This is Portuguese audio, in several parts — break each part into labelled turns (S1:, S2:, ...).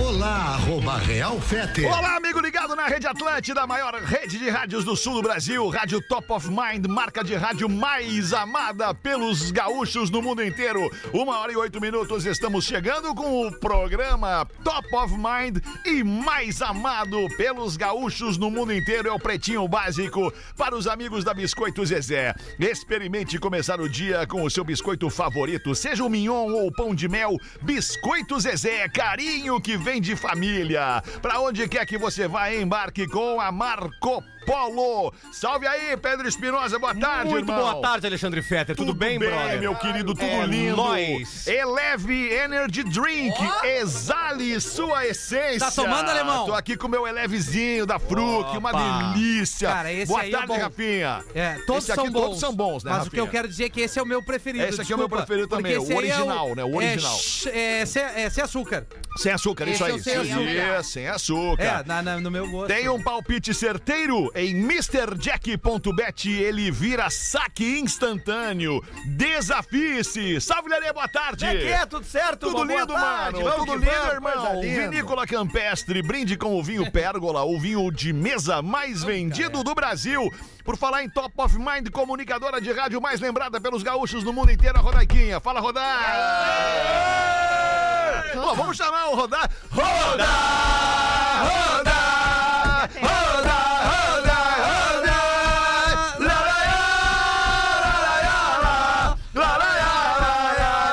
S1: Olá, arroba Real Fete.
S2: Olá, amigo ligado na Rede Atlântida, a maior rede de rádios do sul do Brasil. Rádio Top of Mind, marca de rádio mais amada pelos gaúchos no mundo inteiro. Uma hora e oito minutos, estamos chegando com o programa Top of Mind e mais amado pelos gaúchos no mundo inteiro. É o Pretinho Básico para os amigos da Biscoito Zezé. Experimente começar o dia com o seu biscoito favorito, seja o mignon ou o pão de mel. Biscoito Zezé, carinho que vem de família. Para onde quer que você vá, embarque com a Marco Polo. Salve aí, Pedro Espinosa, boa tarde,
S3: Muito
S2: irmão.
S3: boa tarde, Alexandre Fetter. Tudo, bem, brother?
S2: meu querido, tudo
S3: É
S2: lindo.
S3: nóis.
S2: Eleve Energy Drink, exale sua essência.
S4: Tá tomando, alemão?
S2: Tô aqui com o meu Elevezinho da Fruc, uma
S3: Opa.
S2: delícia.
S4: Cara, esse
S2: Boa
S4: aí é
S2: tarde,
S4: bom.
S2: Rafinha.
S4: É, todos
S2: Esse aqui
S4: são bons.
S2: todos são bons, né,
S4: Mas o que
S2: Rafinha?
S4: eu quero dizer é que esse é o meu preferido.
S2: Esse aqui é o meu
S4: desculpa,
S2: preferido
S4: porque
S2: também, o
S4: esse aí
S2: original, né, o
S4: é
S2: original.
S4: É, sem, é sem açúcar.
S2: Sem açúcar,
S4: Esse
S2: isso aí.
S4: eu sei,
S2: Isso
S4: é o melhor.
S2: aí, sem açúcar.
S4: É, na- na- no meu gosto.
S2: Tem um palpite certeiro em MrJack.bet. Ele vira saque instantâneo. Desafie-se. Salve, Lelê, boa tarde.
S3: Como é que é? Tudo certo?
S2: Tudo
S3: Uma boa
S2: lindo,
S3: tarde.
S2: mano. Tudo
S3: Vamos que
S2: lindo,
S3: vamos, coisa
S2: irmão.
S3: linda.
S2: Vinícola Campestre, brinde com o vinho Pérgola, o vinho de mesa mais vendido do Brasil. Por falar em Top of Mind, comunicadora de rádio mais lembrada pelos gaúchos no mundo inteiro, a Rodaiquinha. Fala, Rodai! Bom, vamos chamar o Rodai. Rodai! Rodai! Rodai! Rodai! Rodai! Laraiá! Laraiá!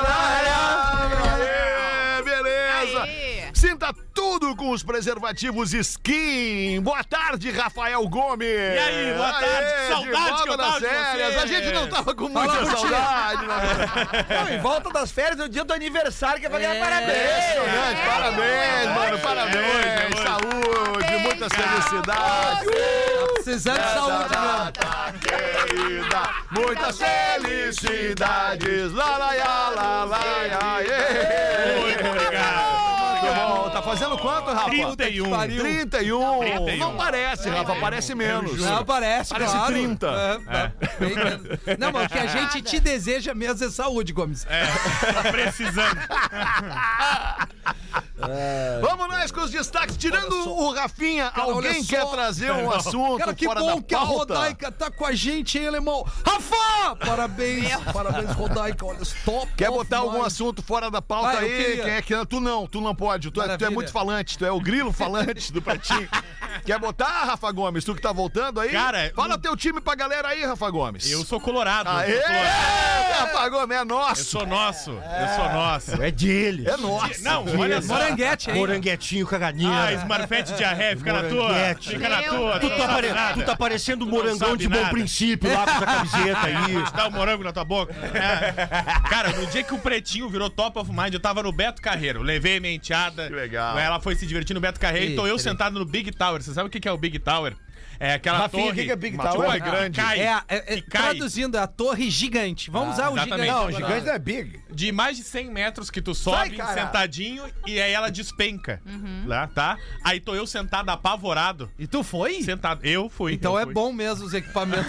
S2: Laraiá! Laraiá! Aê, beleza!
S5: Aê.
S2: Sinta tudo com os preservativos Skin. Boa tarde, Rafael Gomes. E
S6: aí, boa tarde, que saudade que eu tava de vocês.
S2: A gente não tava com
S3: Fala,
S2: muita
S3: Curti.
S2: saudade. né?
S3: Não, em volta das férias, no dia do aniversário, que é pra ganhar parabéns.
S2: Impressionante.
S5: É.
S2: Parabéns, mano.
S6: É
S2: Parabéns.
S6: hoje, é hoje.
S2: Saúde, muitas felicidades.
S4: Precisando de saúde, mano.
S2: Data querida, muitas felicidades. Lá, lá, lá, lá, lá, lá, ê, ê, ê.
S6: Muito obrigado.
S2: Muito bom. Tá fazendo quanto, Rafa?
S6: 31.
S2: 31.
S6: 31.
S2: Não parece, Rafa, parece menos.
S4: Não, parece,
S2: Parece
S4: claro.
S2: 30.
S4: É, tá bem menos. Não, mas o que a gente te deseja mesmo é saúde, Gomes.
S6: Tá precisando.
S4: É.
S2: Vamos nós com os destaques. Tirando o Rafinha, alguém
S4: olha só.
S2: quer trazer um assunto
S4: Cara, que
S2: fora
S4: bom
S2: da
S4: que a
S2: pauta?
S4: Rodaica tá com a gente, hein, alemão? Rafa! Parabéns, parabéns, Rodaica. Olha, top.
S2: Quer
S4: of
S2: botar algum
S4: mind.
S2: assunto fora da pauta
S4: Ah, eu
S2: aí?
S4: queria.
S2: Quem é que tu não, tu não pode. Tu é, tu é
S4: Maravilha.
S2: muito falante, tu é o grilo falante do Pretinho. Quer botar, Rafa Gomes? Tu que tá voltando aí?
S6: Cara,
S2: fala
S6: eu-
S2: teu time pra galera aí, Rafa Gomes.
S6: Eu sou colorado.
S2: Aê!
S6: Eu sou colorado.
S2: Rafa Gomes, é
S6: Eu
S2: nosso.
S6: sou nosso. Eu sou nosso.
S7: É dele.
S2: É nosso.
S6: Não, olha só.
S4: Moranguete aí.
S7: Moranguetinho
S8: né?
S7: cagadinha.
S6: Ah, esmarfete diarreia, fica na tua.
S7: Moranguete.
S6: Fica na
S5: Meu
S6: tua.
S7: Tu
S5: Deus.
S7: tá,
S6: sabe
S7: pare...
S6: nada.
S7: tu tá parecendo um
S6: Tu não
S7: morangão
S6: sabe
S7: de bom
S6: nada.
S7: princípio lá com essa camiseta aí.
S6: Dá um morango na tua boca. É. Cara, no dia que o Pretinho virou Top of Mind, eu tava no Beto Carreiro. Levei minha enteada.
S2: Que legal.
S6: Ela foi se divertir no Beto Carreiro e tô
S4: Ih,
S6: eu
S4: peraí.
S6: sentado no Big Tower. Você sabe o que que é o Big Tower? É aquela
S3: Rafinha,
S6: torre.
S3: o que que é Big
S6: uma
S3: Tower?
S6: torre
S3: Ah,
S6: grande.
S2: cai.
S6: cai,
S4: É, é, é,
S6: que cai.
S4: traduzindo, é a torre gigante. Vamos usar o
S6: exatamente.
S4: gigante.
S6: Não, o
S4: agora.
S3: gigante não é big.
S6: de mais de 100 metros que tu
S3: Sai,
S6: sobe
S3: cara.
S6: sentadinho e aí ela despenca. Lá, tá? Aí tô eu sentado apavorado.
S4: E tu foi?
S6: Sentado. Eu fui.
S4: Então
S6: eu
S4: é
S6: fui.
S4: bom mesmo os equipamentos.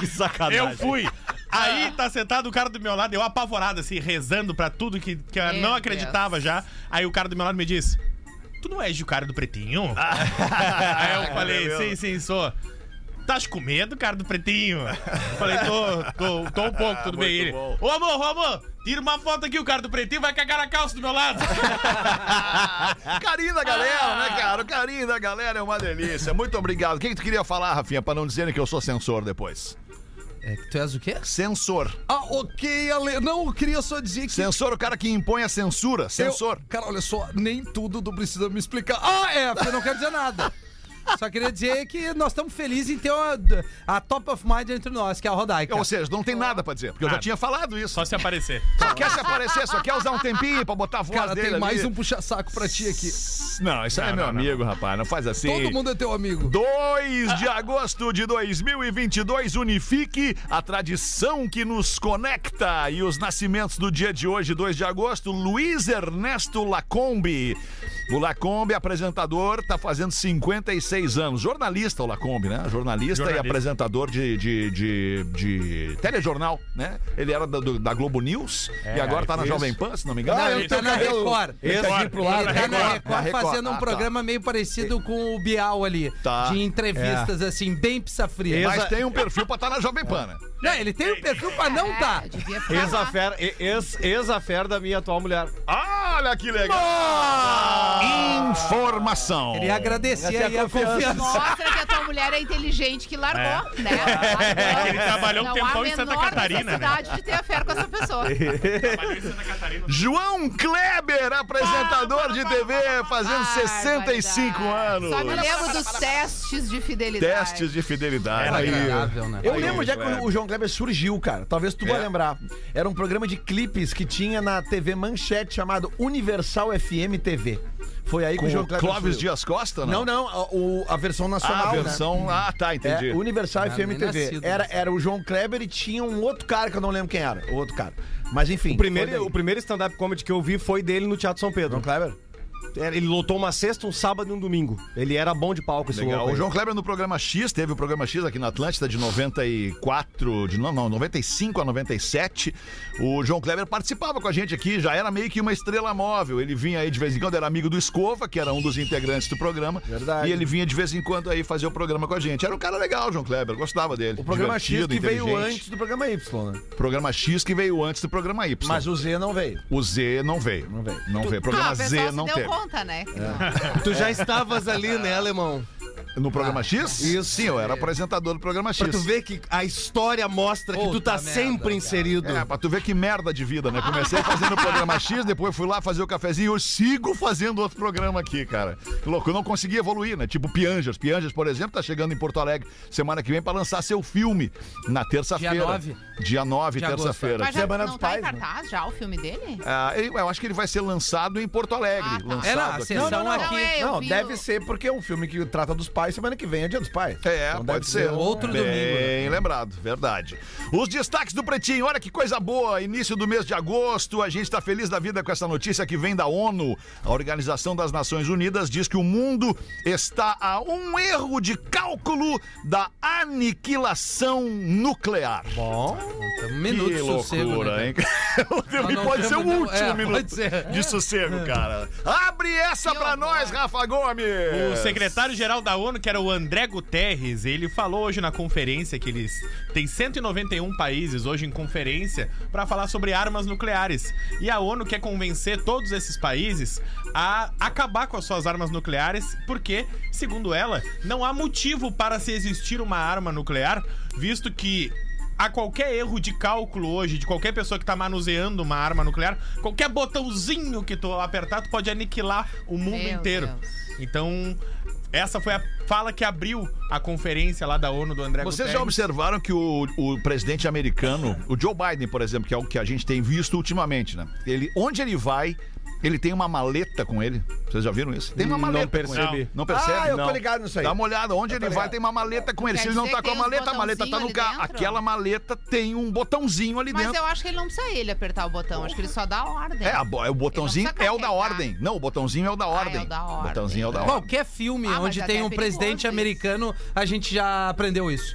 S7: que sacanagem.
S6: Eu fui. Aí tá sentado o cara do meu lado, eu apavorado, assim, rezando pra tudo que, que eu
S5: Meu
S6: não acreditava
S5: Deus.
S6: já. Aí o cara do meu lado me diz: Tu não és o cara do pretinho? Aí eu falei: Sim, sim, sou. Tás com medo, cara do pretinho? Eu falei, tô, tô, tô um pouco, tudo bem. Ele. Ô amor, ô amor, tira uma foto aqui, o cara do pretinho vai cagar na calça do meu lado.
S2: Carinho da galera,
S4: Ah.
S2: né, cara? O carinho da galera é uma delícia. Muito obrigado. O que, que tu queria falar, Rafinha, pra não dizerem que eu sou censor depois?
S4: É que tu és o quê?
S2: Censor.
S4: Ah, ok, Ale. Não, eu queria só dizer que.
S2: Censor, o cara que impõe a censura.
S4: eu-
S2: Censor.
S4: Cara, olha só, nem tudo do precisa me explicar. Ah, é, porque eu não quero dizer nada. Só queria dizer que nós estamos felizes em ter uma- a top of mind entre nós, que é a Rodaica.
S2: Ou seja, não tem nada pra dizer, porque eu já
S6: Nada.
S2: tinha falado isso.
S6: Só se aparecer.
S2: Só quer se aparecer, só quer usar um tempinho pra botar a voz
S4: Cara,
S2: dele
S4: tem
S2: ali.
S4: mais um puxa-saco pra ti aqui.
S2: Não, isso aí é meu amigo, rapaz. Não faz assim.
S4: Todo mundo é teu amigo.
S2: 2 de agosto de 2022, unifique a tradição que nos conecta. E os nascimentos do dia de hoje, 2 de agosto, Luiz Ernesto Lacombe. O Lacombe, apresentador, está tá fazendo 56 36 anos. Jornalista, o Lacombe, né? Jornalista,
S6: Jornalista.
S2: e apresentador de, de, de, de telejornal, né? Ele era da, do- da Globo News e agora tá na
S7: isso.
S2: Jovem Pan, se não me engano.
S4: É,
S2: É, então,
S4: ele tá na Record.
S7: Esse
S6: Record.
S7: aqui pro lado.
S6: Na
S4: Ele tá na
S6: Record.
S4: Record
S2: Na Record.
S4: fazendo
S2: Ah,
S4: um
S2: tá.
S4: programa meio parecido com o Bial ali.
S2: Tá.
S4: De entrevistas, assim, bem pizza fria.
S2: Mas
S7: Exa-
S2: tem um perfil pra estar na Jovem Pan, né?
S4: Não, ele tem um perfil pra
S2: Então
S4: não tá.
S5: É, devia falar.
S7: Ex-afera, ex- ex-afera da minha atual mulher.
S2: Olha que legal! Informação.
S4: Queria agradecer
S7: Essa é a
S4: aí a
S7: confiança.
S4: confiança.
S5: Mostra que a tua mulher é inteligente, que largou, né?
S6: que É. ele trabalhou um tempão em Santa Catarina, né?
S5: Não há a menor necessidade de ter afé com essa pessoa.
S6: Trabalhou em Santa Catarina.
S2: João Kleber, apresentador de TV, fazendo 65 anos.
S5: Só me lembro dos testes de fidelidade.
S2: Testes de fidelidade.
S6: Era
S4: agradável, né?
S3: Eu
S2: Aí, é.
S3: lembro já que
S2: Kleber.
S3: o o João Kleber surgiu, cara. Talvez tu vá lembrar. Era um programa de clipes que tinha na TV Manchete chamado Universal FM TV. Foi aí que
S2: Com
S3: o João
S2: o
S3: Kleber
S2: Clóvis
S3: surgiu.
S2: Dias Costa,
S3: Não, não, a, o- a versão nacional,
S2: Ah, a
S3: né?
S2: versão. Ah, tá, entendi.
S3: É, Universal
S4: Ah,
S3: FM
S4: nem
S3: TV.
S4: nascido,
S3: Era,
S4: né?
S3: era o João Kleber e tinha um outro cara que eu não lembro quem era. O outro cara. Mas enfim.
S7: O
S3: foi
S2: é
S3: daí.
S7: primeiro, o primeiro stand-up comedy que eu vi foi dele no Teatro São Pedro.
S3: João Kleber?
S7: Era- Ele lotou uma sexta, um sábado e um domingo. Ele era bom de palco, esse
S2: Legal.
S7: louco.
S2: O
S7: aí.
S2: João Kleber no programa X, teve o programa X aqui na Atlântida de 94, de, não, não, 95 a 97. O João Kleber participava com a gente aqui, já era meio que uma estrela móvel. Ele vinha aí de vez em quando, era amigo do Escova, que era um dos integrantes do programa.
S3: Verdade.
S2: E ele vinha de vez em quando aí fazer o programa com a gente. Era um cara legal, João Kleber, gostava dele.
S3: O programa X
S2: Divertido,
S3: que veio
S2: inteligente.
S3: antes do programa Y, né?
S2: Programa X que veio antes do programa Y.
S3: Mas o Z não veio.
S2: o Z não veio.
S3: Não veio.
S2: Não veio. Programa
S5: ah, o pessoal
S2: Z
S5: se
S2: não
S5: deu
S2: teve.
S5: conta, né? Que não.
S7: Tu já estavas ali, né, alemão?
S2: No
S3: Ah,
S2: programa X?
S7: isso.
S2: Sim, eu era apresentador do programa X.
S7: Pra tu ver que a história mostra que tu
S4: Puta
S7: tá
S4: merda,
S7: sempre
S4: cara.
S7: inserido.
S2: É, pra tu ver que merda de vida, né? Comecei fazendo o programa X, depois fui lá fazer o cafezinho e eu sigo fazendo outro programa aqui, cara. Que louco, eu não consegui evoluir, né? Tipo Piangers. Piangers, por exemplo, tá chegando em Porto Alegre semana que vem pra lançar seu filme na terça-feira.
S4: Dia nove.
S2: Dia 9,
S4: De
S2: terça-feira.
S5: Mas já
S3: Semana
S5: não
S3: dos
S5: tá
S3: Pais,
S5: em
S3: né?
S5: cartaz já o filme dele?
S2: Ah, ele- eu acho que ele vai ser lançado em Porto Alegre.
S5: Ah,
S4: É,
S5: tá.
S4: não,
S2: Lançado
S4: a
S2: aqui.
S4: sessão
S3: Não, não, não,
S4: aqui.
S5: é, eu
S3: não,
S5: vi
S3: deve
S5: o-
S3: ser porque é um filme que trata dos pais. Semana que vem é dia dos pais.
S2: É,
S3: Então deve
S2: pode ser.
S4: outro
S2: Bem
S4: domingo, né?
S2: lembrado, verdade. Os destaques do Pretinho, olha que coisa boa. Início do mês de agosto, a gente está feliz da vida com essa notícia que vem da ONU. A Organização das Nações Unidas diz que o mundo está a um erro de cálculo da aniquilação nuclear.
S4: Um
S2: Que
S4: minuto de
S2: loucura,
S4: sossego, né?
S2: hein?
S4: Nós
S2: e
S4: não
S2: pode ser o
S4: temos, não-
S2: último
S4: é,
S2: minuto
S4: pode ser. É.
S2: de sossego, cara. Abre essa
S5: Que
S2: pra
S5: horror.
S2: nós, Rafa Gomes.
S6: O secretário-geral da ONU, que era o André Guterres, ele falou hoje na conferência que eles têm 191 países hoje em conferência para falar sobre armas nucleares. E a ONU quer convencer todos esses países a acabar com as suas armas nucleares, porque, segundo ela, não há motivo para se existir uma arma nuclear, visto que a qualquer erro de cálculo hoje, de qualquer pessoa que tá manuseando uma arma nuclear, qualquer botãozinho que tu apertar, tu pode aniquilar o mundo
S5: Meu
S6: inteiro.
S5: Deus.
S6: Então, essa foi a fala que abriu a conferência lá da ONU do André
S2: Vocês
S6: Guterres.
S2: já observaram que o, o presidente americano, o Joe Biden, por exemplo, que é o que a gente tem visto ultimamente, né? Ele, onde ele vai, ele tem uma maleta com ele. Vocês já viram isso? Tem uma
S7: Não
S2: maleta. Com
S7: percebi.
S2: ele. Não percebe?
S3: Ah, eu tô
S2: Não.
S3: ligado nisso aí.
S2: Dá uma olhada. Onde ele
S3: tô
S2: vai,
S3: ligado.
S2: tem uma maleta com ele.
S5: Quer
S2: Se ele não
S5: dizer
S2: tá com
S5: que
S2: a
S5: tem uns
S2: maleta, a maleta tá no
S5: botãozinho ali
S2: carro.
S5: dentro?
S2: Aquela maleta tem um botãozinho ali
S5: Mas é
S2: dentro.
S5: eu acho que ele não precisa ele apertar o botão, acho que ele só dá a ordem.
S2: É, a bo- é, o botãozinho
S5: Ele não
S2: é
S5: precisa
S2: o da
S5: carregar. Ah,
S2: ordem. Não, o botãozinho é o da ordem.
S5: da ordem.
S2: Botãozinho é o da ordem.
S4: Qualquer filme
S5: Ah, mas
S4: onde
S5: até
S4: tem
S5: é
S4: um
S5: perigoso
S4: presidente
S5: isso.
S4: americano, a gente já aprendeu isso.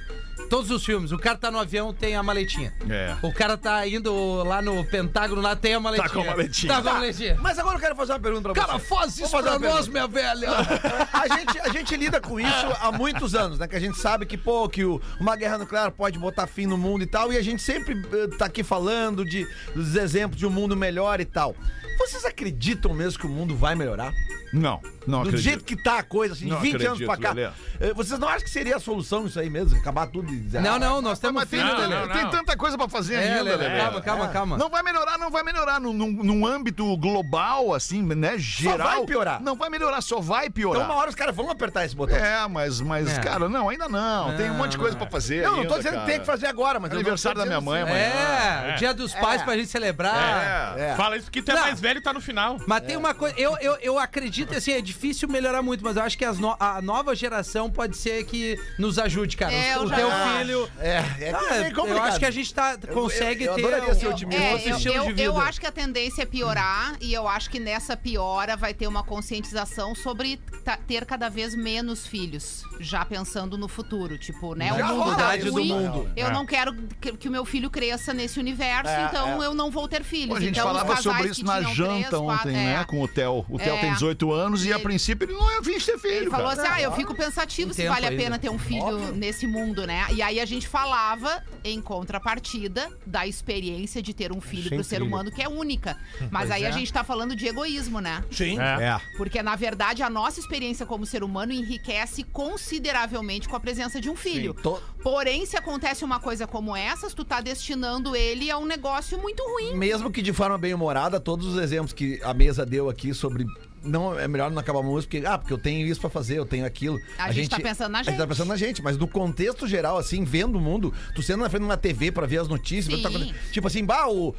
S4: Todos os filmes, o cara tá no avião, tem a maletinha.
S2: É.
S4: O cara tá indo lá no Pentágono, lá tem a maletinha.
S2: com a maletinha.
S4: Tá com a maletinha.
S3: Mas agora eu quero fazer uma pergunta pra
S4: Cara,
S3: você.
S4: faz isso
S3: Vou fazer
S4: pra
S3: uma
S4: nós,
S3: pergunta.
S4: minha velha.
S3: a, gente, a gente lida com isso há muitos anos, né? Que a gente sabe que, pô, que o- uma guerra nuclear pode botar fim no mundo e tal. E a gente sempre eh, tá aqui falando de, dos exemplos de um mundo melhor e tal. Vocês acreditam mesmo que o mundo vai melhorar?
S2: Não, não
S3: Do
S2: acredito.
S3: jeito que tá a coisa, assim, de
S2: Não
S3: 20 anos
S2: acredito,
S3: pra cá.
S2: Lelê.
S3: Eh, Vocês não acham que seria a solução isso aí mesmo? Acabar tudo e dizer,
S4: Não,
S3: ah,
S4: não, nós temos
S2: Mas tem,
S4: filho,
S6: não,
S2: tem-
S4: Lelê.
S6: não,
S2: tem tanta coisa pra fazer
S4: É,
S2: ainda,
S4: Lelê,
S2: Lelê.
S4: calma, calma, calma.
S2: Não vai melhorar, não vai melhorar. Num, num- num âmbito global, assim, né? Geral.
S3: vai piorar.
S2: Não vai melhorar, só vai
S3: Então
S2: piorar.
S3: uma hora os caras vão apertar esse botão.
S2: É, mas, mas
S4: É.
S2: cara, não, ainda não. Tem um monte de coisa pra fazer.
S3: não, não
S2: ainda,
S3: tô dizendo que
S2: cara. É
S3: tem que fazer agora, mas... eu não tô
S2: Aniversário da minha
S3: dizendo
S2: mãe
S3: assim.
S2: amanhã.
S4: É, o dia dos pais pra gente celebrar.
S2: É.
S3: É.
S6: Fala isso porque tu é
S4: Não.
S6: mais velho e tá no final.
S4: Mas tem uma coisa, eu, eu, eu acredito assim, é difícil melhorar muito, mas eu acho que as no- a nova geração pode ser que nos ajude, cara.
S5: É,
S4: o
S5: eu já
S4: teu
S5: acho.
S4: filho.
S3: É, é,
S4: Ah,
S3: é complicado.
S4: eu acho que a gente tá, consegue
S3: eu- eu
S4: ter.
S3: adoraria ser otimista.
S4: um
S5: É,
S4: outro estilo
S5: eu,
S4: de
S5: eu,
S4: vida.
S5: eu acho que a tendência é piorar e eu acho que nessa piora vai ter uma conscientização sobre ta- ter cada vez menos filhos, já pensando no futuro, tipo, né?
S4: Na
S5: o mundo tá
S4: realidade do
S5: ruim,
S4: mundo.
S5: Eu
S6: É.
S5: não quero que, que o meu filho cresça nesse universo,
S3: É,
S5: então eu não vou ter filhos.
S2: Pô, a gente
S5: então, os
S2: falava
S5: casais
S2: sobre
S5: que
S2: isso na
S5: tinham
S2: janta
S5: três, quatro-
S2: ontem,
S5: é.
S2: né? Com o Theo. O Theo
S5: É.
S2: tem 18 anos e, a
S5: Ele-
S2: princípio ele não é afim de ter filho.
S5: Ele falou
S2: cara.
S5: assim: ah, eu fico pensativo se
S4: Entendo
S5: vale a
S4: ainda.
S5: pena ter um filho nesse mundo, né? E aí a gente falava, em contrapartida, da experiência de ter um filho pro ser humano que é única. Mas aí a gente tá falando de egoísmo, né?
S3: Sim.
S7: É.
S5: Porque, na verdade, a nossa experiência como ser humano enriquece consideravelmente com a presença de um filho.
S3: to-
S5: Porém, se acontece uma coisa como essa, tu tá destinando ele a um negócio muito ruim.
S3: Mesmo que de forma bem humorada, todos os exemplos que a mesa deu aqui sobre. Não, é melhor não acabar a música, porque, ah, porque eu tenho isso pra fazer, eu tenho aquilo.
S5: A gente tá pensando na
S3: A gente tá
S5: gente.
S3: pensando na gente, mas no contexto geral, assim, vendo o mundo, tu sendo na frente de uma TV pra ver as notícias, pra ver o que tá
S5: Sim.
S3: acontecendo. tipo assim, bah, o,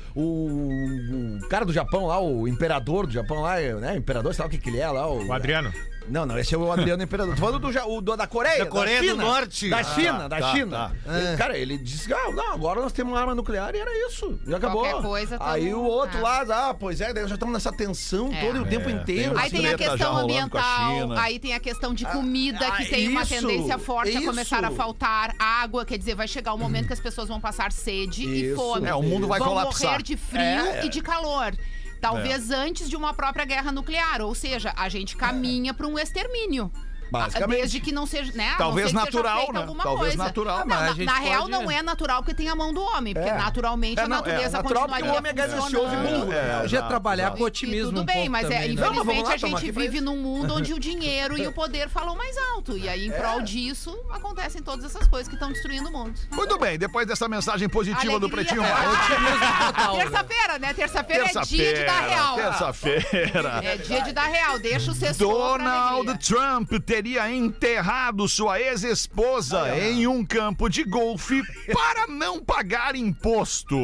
S3: o, o cara do Japão lá, o imperador do Japão lá, né? O imperador, sei lá o que, que ele é lá. O,
S6: O Adriano.
S3: Não, não, esse é o Adriano Imperador. Tô falando do, Ja- o do- da Coreia.
S7: Da Coreia do
S3: China.
S7: Norte.
S3: Da
S7: Ah,
S3: China, da
S7: tá,
S3: China. Ele- Cara, ele disse, ah, não, agora nós temos uma arma nuclear e era isso. Já acabou.
S5: Qualquer coisa, tá
S3: Aí
S5: bom,
S3: o outro
S5: tá.
S3: lá, ah, pois é, daí já estamos nessa tensão
S5: É.
S3: todo o tempo inteiro.
S5: Aí tem a
S2: treta já
S5: questão
S2: rolando com a
S5: ambiental,
S2: China.
S5: aí tem a questão de comida,
S3: ah,
S5: que tem uma
S3: isso,
S5: tendência forte
S3: isso.
S5: a começar a faltar água. Quer dizer, vai chegar um momento que as pessoas vão passar sede
S3: Isso. É.
S5: e fome.
S2: É, o mundo vai
S5: vão
S2: colapsar. É.
S5: morrer de frio e de calor. Talvez antes de uma própria guerra nuclear. Ou seja, a gente caminha para um extermínio. Ah,
S3: Basicamente.
S5: Desde que não seja, né? a não
S2: Talvez
S5: ser que seja
S2: natural,
S5: feita
S2: né?
S5: alguma
S2: Talvez
S5: coisa.
S2: natural.
S5: Não,
S4: Mas a
S5: na
S4: gente
S5: na real,
S4: pode-
S5: não é natural porque tem a mão do homem. Porque naturalmente
S2: É,
S5: a
S2: não, é,
S5: natureza
S2: natural porque o
S5: continuaria
S2: homem é
S3: ganancioso e
S5: funcionando.
S3: burro.
S2: É,
S4: Hoje é
S2: exato,
S4: trabalhar com
S5: E-
S4: otimismo.
S5: E tudo
S4: um
S5: bem,
S4: pouco
S5: mas é,
S4: também, né?
S3: Vamos,
S5: infelizmente
S3: vamos lá,
S5: a
S3: tamo aqui
S5: gente
S3: pra
S5: vive
S3: isso.
S5: num mundo onde o dinheiro e o poder falam mais alto. E aí, em
S2: É.
S5: prol disso, acontecem todas essas coisas que estão destruindo o mundo.
S2: Muito bem, depois dessa mensagem positiva do
S5: Alegria,
S2: Pretinho
S5: tá?
S2: Básico.
S5: Terça-feira, né? Terça-feira é dia de
S2: Terça-feira,
S5: dar real.
S2: terça-feira.
S5: É dia de dar real. Deixa o sexto.
S2: Donald Trump teria enterrado sua ex-esposa em um campo de golfe para não pagar imposto.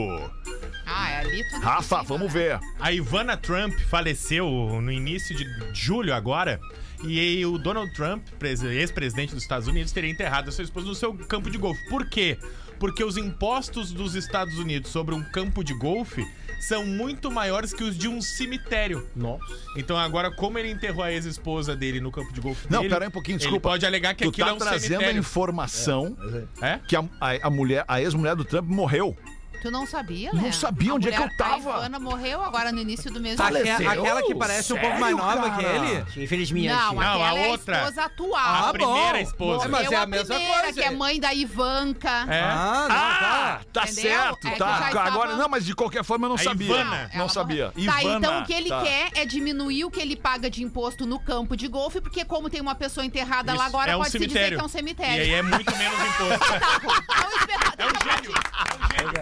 S5: Ah, é ali tudo.
S2: Rafa,
S5: possível,
S2: vamos
S5: né?
S2: ver.
S6: A Ivana Trump faleceu no início de julho agora. E aí o Donald Trump, pres- ex-presidente dos Estados Unidos, teria enterrado a sua esposa no seu campo de golfe. Por quê? Porque os impostos dos Estados Unidos sobre um campo de golfe são muito maiores que os de um cemitério.
S7: Nossa.
S6: Então agora, como ele enterrou a ex-esposa dele no campo de golfe
S2: Não,
S6: dele,
S2: pera aí um pouquinho,
S6: ele
S2: desculpa.
S6: pode alegar que
S2: tu
S6: aquilo
S2: tá
S6: é um
S2: trazendo a
S6: cemitério.
S2: informação
S6: É?
S2: que a, a- a mulher, a ex-mulher do Trump morreu.
S5: Tu não sabia, né?
S2: Não sabia
S5: A
S2: onde é que
S5: mulher-
S2: eu tava.
S5: A Ivana morreu agora no início do mês.
S4: Aque-
S5: Não,
S4: Aquela que parece um pouco mais nova que ele.
S7: Infelizmente.
S6: Não, a
S5: aquela é a
S6: outra.
S5: esposa
S6: A
S5: atual.
S6: primeira
S4: bom.
S6: esposa.
S4: É, mas
S5: Morreu
S4: é a
S5: a
S4: mesma
S5: primeira,
S4: coisa.
S5: que é mãe da Ivanka.
S6: É.
S4: Ah, não, tá.
S2: tá
S5: Entendeu?
S2: certo,
S5: É que
S2: tá.
S5: já estava-
S2: Agora, não, mas de qualquer forma eu não
S6: A
S2: sabia.
S6: Ivana.
S2: Não
S5: Ela
S2: sabia.
S5: morreu. Tá,
S2: Ivana,
S5: então o que ele
S2: tá.
S5: quer é diminuir o que ele paga de imposto no campo de golfe, porque como tem uma pessoa enterrada lá agora,
S6: é um
S5: pode se dizer
S6: cemitério.
S5: que é um
S6: E aí
S5: cemitério.
S6: é muito menos imposto.
S5: É um espetáculo.
S6: é um gênio.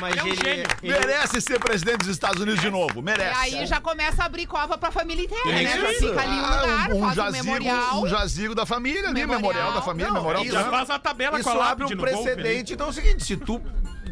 S7: Mas
S6: É um
S7: ele,
S6: gênio.
S7: ele-
S2: Merece ser presidente dos Estados Unidos de novo.
S5: E
S2: Merece.
S5: aí já começa a abrir cova pra família inteira,
S6: É
S5: né?
S6: isso
S5: Já
S6: aí.
S5: fica ali um lugar,
S2: um, um
S5: faz um
S2: jazigo,
S5: memorial.
S2: um jazigo da família ali, memorial,
S5: Memorial.
S2: da família,
S3: Não,
S2: memorial.
S3: isso
S6: Já
S2: Trump.
S6: faz a tabela
S3: Isso
S6: com a
S3: abre
S6: lápide
S3: um
S6: no golfe ali.
S3: precedente. Então é o seguinte, se tu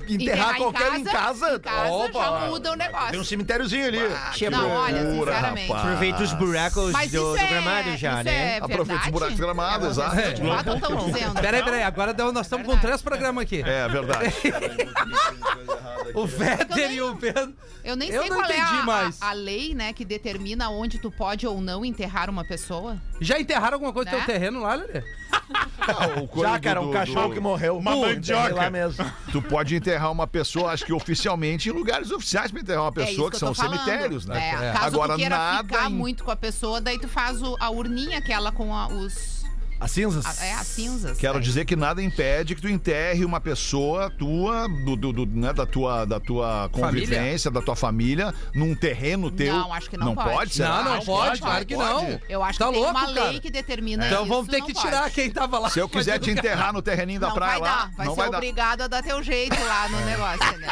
S3: enterrar
S5: em
S3: qualquer um em casa,
S5: em casa já muda o
S3: tem um
S5: negócio.
S3: cemitériozinho ali.
S7: Tinha
S5: Não, olha,
S2: Loucura,
S5: sinceramente.
S2: rapaz.
S7: aproveita os buracos
S5: Mas
S7: do,
S5: isso
S7: do
S5: é,
S7: gramado já,
S5: isso
S7: né?
S5: é
S2: Aproveita os
S5: verdade?
S2: buracos gramados, exato.
S5: É, de fato, estão dizendo.
S4: Peraí, peraí, agora deu- nós
S5: É
S4: estamos com três programas aqui.
S2: É, verdade.
S5: É.
S4: O Véter e
S5: Eu
S4: o Pedro.
S5: Eu nem
S4: Eu
S5: sei
S4: não
S5: qual é
S4: entendi
S5: a,
S4: mais.
S5: a- a lei, né, que determina onde tu pode ou não enterrar uma pessoa.
S4: Já enterraram alguma coisa no
S5: Né?
S4: teu terreno lá, Lelê?
S2: Ah, o coisa
S3: Já,
S2: do-
S3: cara, um
S2: do-
S3: cachorro
S2: do-
S3: que morreu.
S6: Uma
S3: Pô,
S6: mandioca.
S3: enterrei Lá mesmo.
S2: Tu pode enterrar uma pessoa, acho que oficialmente, em lugares oficiais pra enterrar uma
S5: é isso
S2: pessoa,
S5: que,
S2: que, são
S5: eu tô falando.
S2: cemitérios, né?
S5: É,
S2: É.
S5: Caso
S2: Agora,
S5: tu queira
S2: nada.
S5: ficar
S2: em-
S5: muito com a pessoa, daí tu faz o- a urninha aquela com a- os...
S3: As cinzas.
S5: a- é, as cinzas.
S2: Quero
S5: né?
S2: dizer que nada impede que tu enterre uma pessoa tua, do, do- do- né, da tua, da tua
S4: Família?
S2: convivência, da tua família, num terreno teu.
S5: Não, acho que não
S2: pode.
S5: pode.
S2: será?
S4: não, não
S5: acho que
S4: pode,
S5: pode,
S4: claro que não.
S5: Eu acho
S4: Tá
S5: que tem
S4: louco,
S5: uma lei
S4: cara.
S5: que determina
S4: Então
S5: É, isso,
S4: vamos ter
S5: não
S4: que
S5: pode.
S4: tirar quem tava lá.
S2: Se eu quiser te enterrar no terreninho da
S5: não
S2: praia
S5: vai
S2: lá,
S5: dar, vai
S2: não
S5: ser
S2: vai dar.
S4: É.
S5: obrigado a dar teu jeito lá no negócio, né?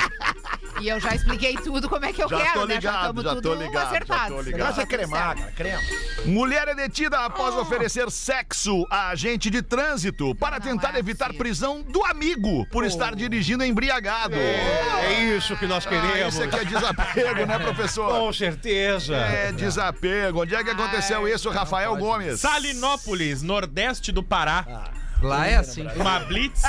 S5: E eu já expliquei tudo como é que eu
S2: Já
S5: quero,
S2: tô
S5: né?
S2: ligado,
S5: tamo
S2: já tô
S5: tudo
S2: ligado, já tô
S5: acertado.
S2: ligado.
S5: Tá
S3: Graça é
S5: tudo
S3: cremar,
S5: certo.
S3: cara, crema.
S2: Mulher é detida após
S5: Ah.
S2: oferecer sexo a agente de trânsito para
S5: Não
S2: tentar
S5: é Oh.
S2: evitar
S5: possível.
S2: prisão do amigo por estar dirigindo embriagado.
S7: É isso que nós
S2: Ah,
S7: queremos.
S2: isso aqui é desapego, né, professor?
S7: Com certeza.
S2: É desapego. Onde é que aconteceu isso, Rafael Gomes?
S6: Salinópolis, nordeste do Pará.
S4: Lá é assim.
S6: Uma blitz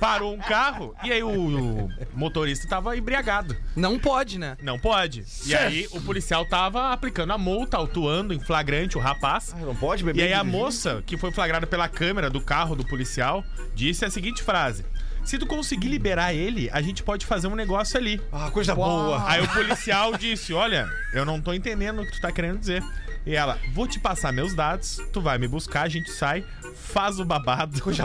S6: parou um carro e aí o, o motorista tava embriagado.
S4: Não pode, né?
S6: Não pode. E aí o policial tava aplicando a multa, autuando em flagrante o rapaz.
S7: Não pode
S6: E
S7: beber.
S6: aí a
S7: dirigir?
S6: moça, que foi flagrada pela câmera do carro do policial, disse a seguinte frase. Se tu conseguir liberar ele, a gente pode fazer um negócio ali.
S7: Ah, coisa boa.
S6: Aí o policial disse: Olha, eu não tô entendendo o que tu tá querendo dizer. E ela, vou te passar meus dados, tu vai me buscar, a gente sai, faz o babado. Coisa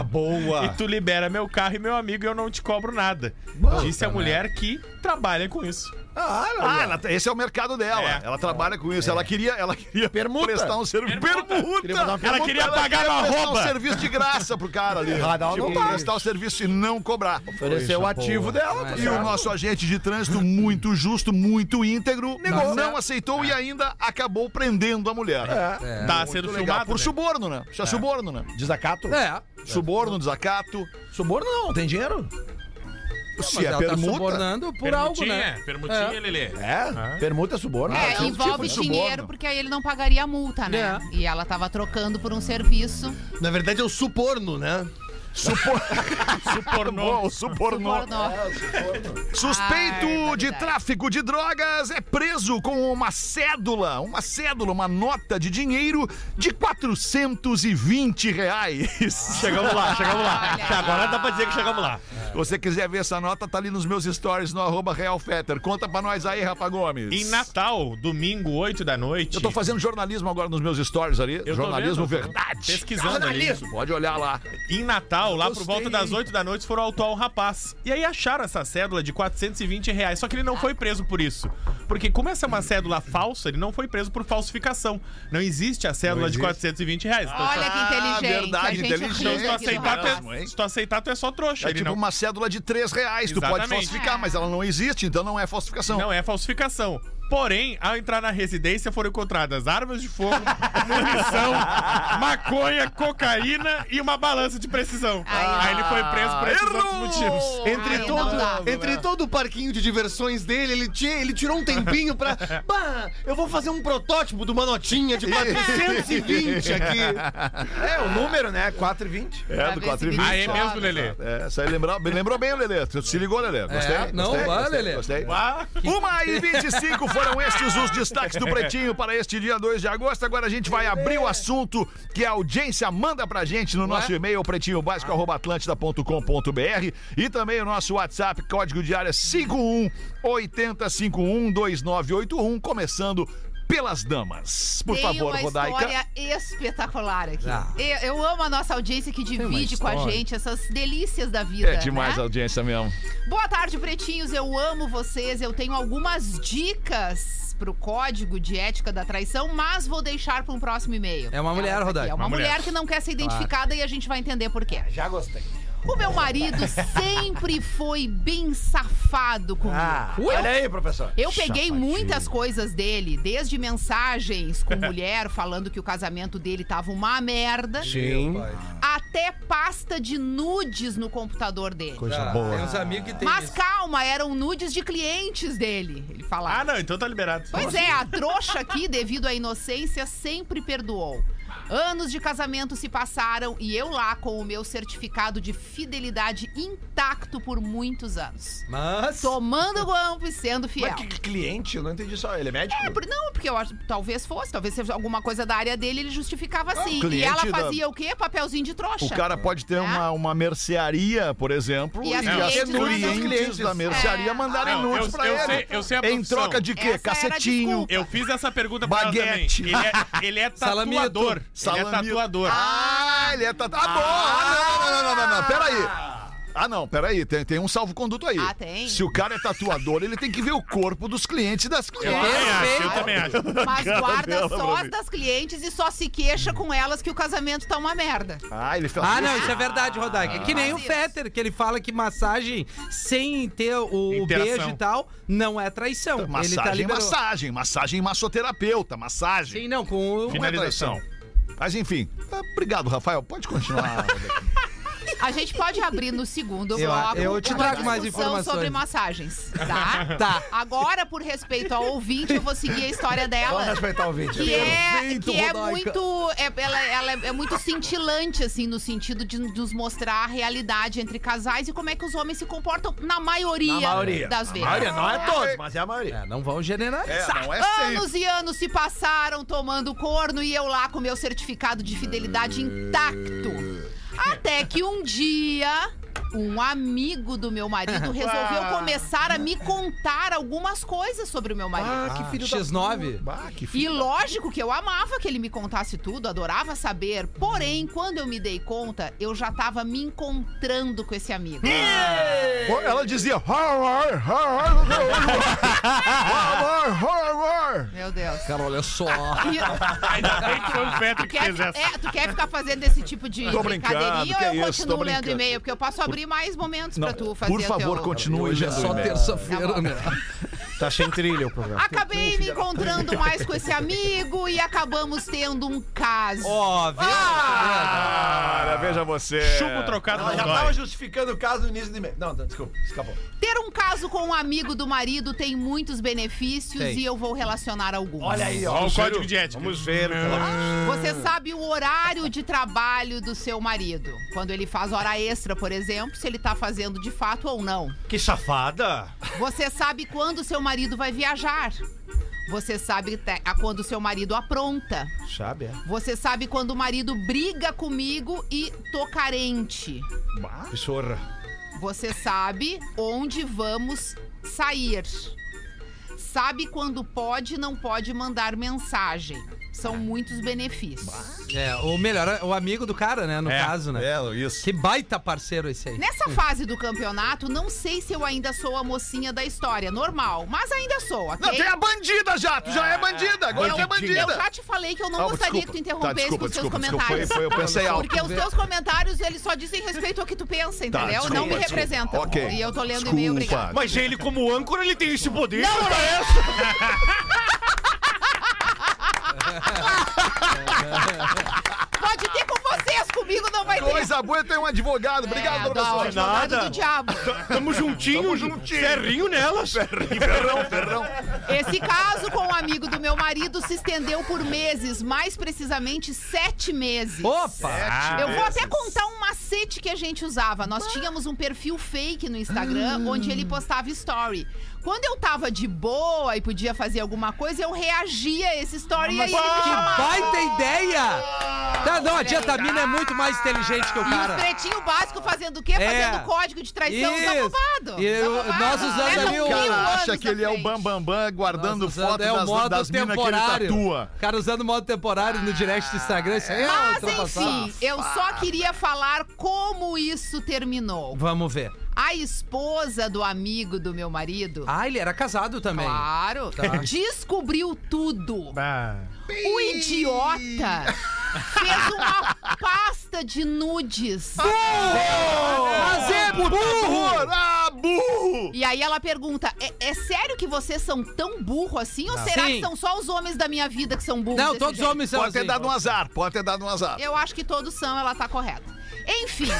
S7: boa.
S6: E tu libera meu carro e meu amigo e eu não te cobro nada. Disse a mulher que trabalha com isso.
S2: Ah, ela- esse é o mercado dela.
S6: É.
S2: Ela trabalha com isso. Ela queria, ela queria
S3: Permuta.
S2: prestar um serviço. Permuta.
S6: Ela queria pagar
S2: queria
S6: na
S2: prestar
S6: rouba.
S2: um serviço de graça pro cara ali.
S3: Radal
S2: tipo,
S3: não tá.
S2: prestar o serviço e não cobrar.
S3: Oferecer o ativo dela. tá
S2: E o
S3: certo?
S2: nosso agente de trânsito, muito justo, muito íntegro,
S3: Negou.
S2: não aceitou e ainda acabou prendendo a mulher.
S4: É.
S6: tá
S2: Muito
S6: sendo
S2: legal.
S6: filmado.
S2: Por
S6: né?
S2: suborno, né? Isso é, suborno, né?
S3: Desacato?
S4: É.
S2: Suborno, desacato.
S3: Suborno não, tem dinheiro?
S2: Se é
S4: ela tá
S2: permuta.
S4: subornando por algo,
S6: Permutinha,
S4: né?
S6: permutinha, Lelê.
S3: É, permuta é suborno.
S5: É,
S2: tipo de
S5: envolve
S2: suborno.
S5: dinheiro, porque aí ele não pagaria a multa, né?
S4: É.
S5: E ela tava trocando por um serviço.
S9: Na verdade é o suporno, né?
S6: Supornou.
S2: Bom, subornou.
S5: Subornou.
S2: Suspeito
S5: Ah, é
S2: de
S5: verdade.
S2: tráfico de drogas é preso com uma cédula, uma cédula, uma nota de dinheiro de 420 reais.
S6: Ah,
S7: Chegamos lá, chegamos lá.
S5: Olha.
S7: Que Agora dá pra dizer que chegamos lá.
S2: Se você quiser ver essa nota, tá ali nos meus stories no arroba Real Fetter. Conta pra nós aí, Rafa Gomes.
S6: Em Natal, domingo, 8 da noite.
S2: Eu tô fazendo jornalismo agora nos meus stories ali.
S6: Eu tô
S2: jornalismo
S6: vendo, eu tô
S2: verdade.
S6: Pesquisando ali.
S2: Pode olhar lá. É
S6: Em Natal, lá por volta das 8 da noite, foram autuar um rapaz. E aí acharam essa cédula de 420 reais. Só que ele não foi preso por isso. Porque, como essa é uma cédula falsa, ele não foi preso por falsificação. Não existe a cédula de 420 reais. Então,
S5: Olha que inteligente.
S2: Ah, verdade,
S5: a Ah, gente
S2: inteligente. Então,
S5: ri
S6: se tu
S5: aqui do
S6: aceitar,
S5: negócio.
S6: tu é, se tu aceitar, tu é só trouxa.
S2: É
S6: ele
S2: tipo
S6: não,
S2: uma cédula de 3 reais. Tu pode
S6: Exatamente.
S2: falsificar,
S5: É.
S2: mas ela não existe, então não é falsificação.
S6: não é falsificação. Porém, ao entrar na residência, foram encontradas armas de fogo, munição, maconha, cocaína e uma balança de precisão.
S5: Aí,
S6: Aí ele foi preso por esses outros motivos.
S9: Entre,
S5: Ai,
S9: todo,
S5: não dá.
S9: entre todo o parquinho de diversões dele, ele, ti- ele tirou um tempinho pra. Bah, eu vou fazer um protótipo de uma notinha de 420 aqui.
S3: É, o número, né? 4 e 20.
S2: É,
S5: Pra
S2: do
S5: ver se
S2: 4,20.
S5: me
S6: Aí é
S5: descobre.
S6: mesmo, Lelê.
S2: É, essa aí lembrou, lembrou bem o Lelê. Tu se ligou, Lelê. Gostei.
S4: É, não,
S2: gostei,
S4: vai,
S2: gostei,
S4: Lelê.
S2: Gostei. Uma e 25 foram estes os destaques do Pretinho para este dia 2 de agosto. Agora a gente vai abrir o assunto que a audiência manda pra gente no
S4: é?
S2: nosso e-mail, pretinhobásico.atlântida.com.br e também o nosso WhatsApp, código de área 51 8051 2981, começando pelas damas. Por
S5: Tem
S2: favor,
S5: uma
S2: Rodaica.
S5: história espetacular aqui.
S4: Ah.
S5: Eu, eu amo a nossa audiência que divide com a
S4: história.
S5: gente essas delícias da vida.
S2: É demais a
S5: né?
S2: audiência mesmo.
S5: Boa tarde, pretinhos. Eu amo vocês. Eu tenho algumas dicas pro código de ética da traição, mas vou deixar para um próximo e-mail.
S4: É uma mulher,
S5: essa aqui
S4: Rodaica.
S5: É uma,
S6: Uma
S5: mulher.
S6: mulher.
S5: que não quer ser identificada e a gente vai entender por quê. Já gostei. O meu marido sempre foi bem safado comigo.
S4: Ah,
S3: Olha aí, professor.
S5: Eu peguei muitas coisas dele, desde mensagens com mulher falando que o casamento dele tava uma merda,
S3: Sim.
S5: até pasta de nudes no computador dele.
S7: Ah.
S4: Cara, tá. Tem uns amigos que tem
S5: Mas
S4: isso.
S5: calma, eram nudes de clientes dele, ele falava.
S6: Ah, não, então tá liberado.
S5: Pois é, a trouxa aqui, devido à inocência, sempre perdoou. Anos de casamento se passaram e eu lá com o meu certificado de fidelidade intacto por muitos anos.
S4: Mas...
S5: Tomando guampo e sendo fiel.
S3: Mas que que cliente? Eu não entendi só. Ele é médico?
S5: É, por- Não, porque eu acho talvez fosse, talvez seja alguma coisa da área dele, ele justificava assim. e
S2: Ah, cliente
S5: ela
S2: da-
S5: fazia o quê? Papelzinho de trouxa.
S2: O cara pode ter uma, uma mercearia, por exemplo,
S5: né? E as
S2: as
S5: clientes mandam-
S2: clientes da mercearia
S5: É.
S2: mandarem
S6: Não,
S2: nudes
S6: eu-
S2: pra
S6: eu
S2: ele.
S6: sei- eu sei a
S2: em
S6: profissão.
S2: troca de quê?
S5: Essa era a
S2: Cacetinho.
S5: desculpa.
S6: Eu fiz essa pergunta pra ela também.
S2: Baguete.
S6: Ele é, ele é
S4: Salamito.
S6: tatuador. Ele é
S2: Salamito.
S6: tatuador.
S2: Ah, ele é... Tá, tá bom. Ah, não, não, não, não, não, não, não. Pera aí. Ah, não, peraí, tem, tem um salvo-conduto aí.
S5: Ah, tem?
S2: Se o cara é tatuador, ele tem que ver o corpo dos clientes e das
S6: Eu
S2: clientes.
S6: também acho, eu
S5: Perfeito.
S6: também acho.
S5: Mas guarda
S2: dela
S5: só
S2: pra
S5: as
S2: mim.
S5: das clientes e só se queixa com elas que o casamento tá uma merda.
S2: Ah, ele fez.
S4: Ah, não, isso é verdade, Rodaica. É que nem o
S5: Faz isso.
S4: Fetter, que ele fala que massagem sem ter o, o
S6: Interação.
S4: beijo e tal não é traição. ele tá
S2: Massagem,
S4: liberou.
S2: massagem, massagem massoterapeuta, massagem.
S4: Sim, não, com o.
S2: Não é traição. Mas enfim, ah, obrigado, Rafael. Pode continuar.
S5: A gente pode abrir no segundo
S4: Eu-
S5: bloco
S4: eu te
S5: uma
S4: trago mais
S5: discussão
S4: informações.
S5: sobre massagens, tá?
S4: Tá.
S5: Agora, por respeito ao ouvinte, eu vou seguir a história dela.
S3: Vamos respeitar o vídeo.
S5: Que é,
S4: Perfeito,
S5: que é
S4: Rodaica.
S5: muito. é- ela, ela é, é muito cintilante, assim, no sentido de nos mostrar a realidade entre casais e como é que os homens se comportam na maioria,
S3: Na maioria.
S5: das vezes.
S3: não é todos, mas é a maioria.
S4: É, não vão generalizar.
S2: É, não é sempre.
S5: Anos e anos se passaram tomando corno e eu lá com meu certificado de fidelidade intacto. Até que um dia. Um amigo do meu marido resolveu
S3: Ah.
S5: começar a me contar algumas coisas sobre o meu marido.
S4: Ah, que filho X9.
S2: Bah, que
S5: E
S2: filho da-
S5: lógico que eu amava que ele me contasse tudo, adorava saber. Porém, quando eu me dei conta, eu já tava me encontrando com esse amigo.
S2: Oh, Ela dizia. "How are, how are, how are, how are, how are?"
S5: Meu Deus.
S4: Cara, olha só.
S5: E-
S6: Ainda bem que foi o Petro que
S5: Quer,
S6: fez essa.
S5: é, tu quer ficar fazendo esse tipo de
S2: Tô brincando,
S5: brincadeirinha
S2: que
S5: ou eu
S2: isso, tô
S5: continuo lendo
S2: brincando.
S5: e-mail? Porque eu posso abrir mais momentos
S2: Não,
S5: pra tu fazer
S2: por favor,
S5: teu...
S2: continue
S4: Hoje é
S2: lendo o
S4: só
S2: e-mail.
S4: terça-feira, né?
S7: Tá sem trilha o programa.
S5: Acabei me encontrando mais com esse amigo e acabamos tendo um caso.
S4: Ó, viu?
S2: Cara, veja você.
S7: É.
S6: Chumbo trocado
S3: Ela
S6: não
S3: já tava
S6: dói.
S3: justificando o caso no início de meio. Não, não, desculpa, escapou.
S5: Ter um caso com um amigo do marido tem muitos benefícios
S4: Tem.
S5: e eu vou relacionar alguns.
S3: Olha aí, ó.
S6: Olha o código de ética.
S7: Vamos ver.
S2: então.
S5: Você sabe o horário de trabalho do seu marido. Quando ele faz hora extra, por exemplo, se ele tá fazendo de fato ou não.
S7: Que safada.
S5: Você sabe quando seu marido vai viajar. Você sabe te- a quando seu marido apronta.
S3: Sabe, é.
S5: Você sabe quando o marido briga comigo e tô carente.
S3: Pissorra.
S5: Você sabe onde vamos sair. Sabe quando pode e não pode mandar mensagem. São
S2: Ah.
S5: muitos benefícios.
S4: É, ou melhor, o amigo do cara, né? No
S6: É,
S4: caso, né?
S2: É, isso.
S4: Que baita parceiro esse aí.
S5: Nessa fase do campeonato, não sei se eu ainda sou a mocinha da história, normal, mas ainda sou, ok?
S2: Não, Ah, tem a bandida já. Tu já é bandida. Agora tu é bandida.
S5: Eu já te falei que eu não
S2: Ah,
S5: gostaria
S2: desculpa.
S5: que tu
S2: Tá,
S5: interrompesse
S2: desculpa,
S5: com os seus
S2: desculpa, desculpa.
S5: comentários.
S2: Foi- foi- eu pensei alto. Tá,
S5: Porque os teus comentários, eles só dizem respeito ao que tu pensa, entendeu?
S2: desculpa,
S5: não me
S2: desculpa.
S5: representam.
S2: Ok.
S5: E eu tô lendo
S2: Desculpa.
S5: e-mail, obrigado.
S7: Mas ele, como âncora, ele tem esse poder.
S5: Pode ter com vocês, comigo não vai ter.
S2: Coisa boa tem um advogado.
S5: É,
S2: Obrigado,
S5: do
S2: professor.
S5: advogado do diabo.
S7: Tamo juntinho, Tamo juntinho. Ferrinho nelas.
S4: tá
S2: Ferrão, ferrão.
S5: Esse caso com um amigo do meu marido se estendeu por meses, mais precisamente sete meses.
S4: Opa!
S6: Ah,
S5: Eu vou até contar um macete que a gente usava. Nós tínhamos um perfil fake no Instagram,
S4: Hum.
S5: onde ele postava story. Quando eu tava de boa e podia fazer alguma coisa, eu reagia a esse story e aí
S4: Ah, Mas
S5: ele me
S4: que
S5: chamava.
S4: baita ideia! Tá, não, a Diatamina é muito mais inteligente que o
S5: E os
S4: cara.
S5: pretinho básico fazendo o quê?
S4: É.
S5: Fazendo código de traição. Tá
S4: Isso.
S5: babado.
S4: E
S5: Tá
S4: eu-
S5: babado.
S4: nós usando
S5: Ela
S4: ali o-
S5: mil
S4: Cara,
S2: cara
S5: anos
S2: acha que
S5: na
S2: ele é o
S5: frente.
S2: Bambambam guardando
S4: um Nossa,
S2: Tá foto
S4: é o
S2: das,
S4: modo
S2: das minas que ele tá
S4: temporário.
S2: tatua.
S4: O cara usando modo temporário no direct do Instagram, isso aí é
S5: Mas
S4: ultrapassado.
S5: enfim, eu só queria falar como isso terminou.
S4: Vamos ver.
S5: A esposa do amigo do meu marido,
S4: Ah, Tá. ele era casado também.
S5: claro, descobriu tudo.
S6: Ah.
S5: O idiota fez uma pasta de nudes.
S4: Mas é burro!
S2: Ah,
S4: Então,
S2: burro!
S5: E aí ela pergunta: é, é sério que vocês são tão burro assim? Ou será
S4: Sim.
S5: que são só os homens da minha vida que são burros?
S4: Não,
S5: desse
S4: todos os
S5: jeito?
S4: homens são
S2: Pode ter
S4: assim.
S2: dado um azar, pode ter dado um azar.
S5: Eu acho que todos são, ela tá correta. Enfim.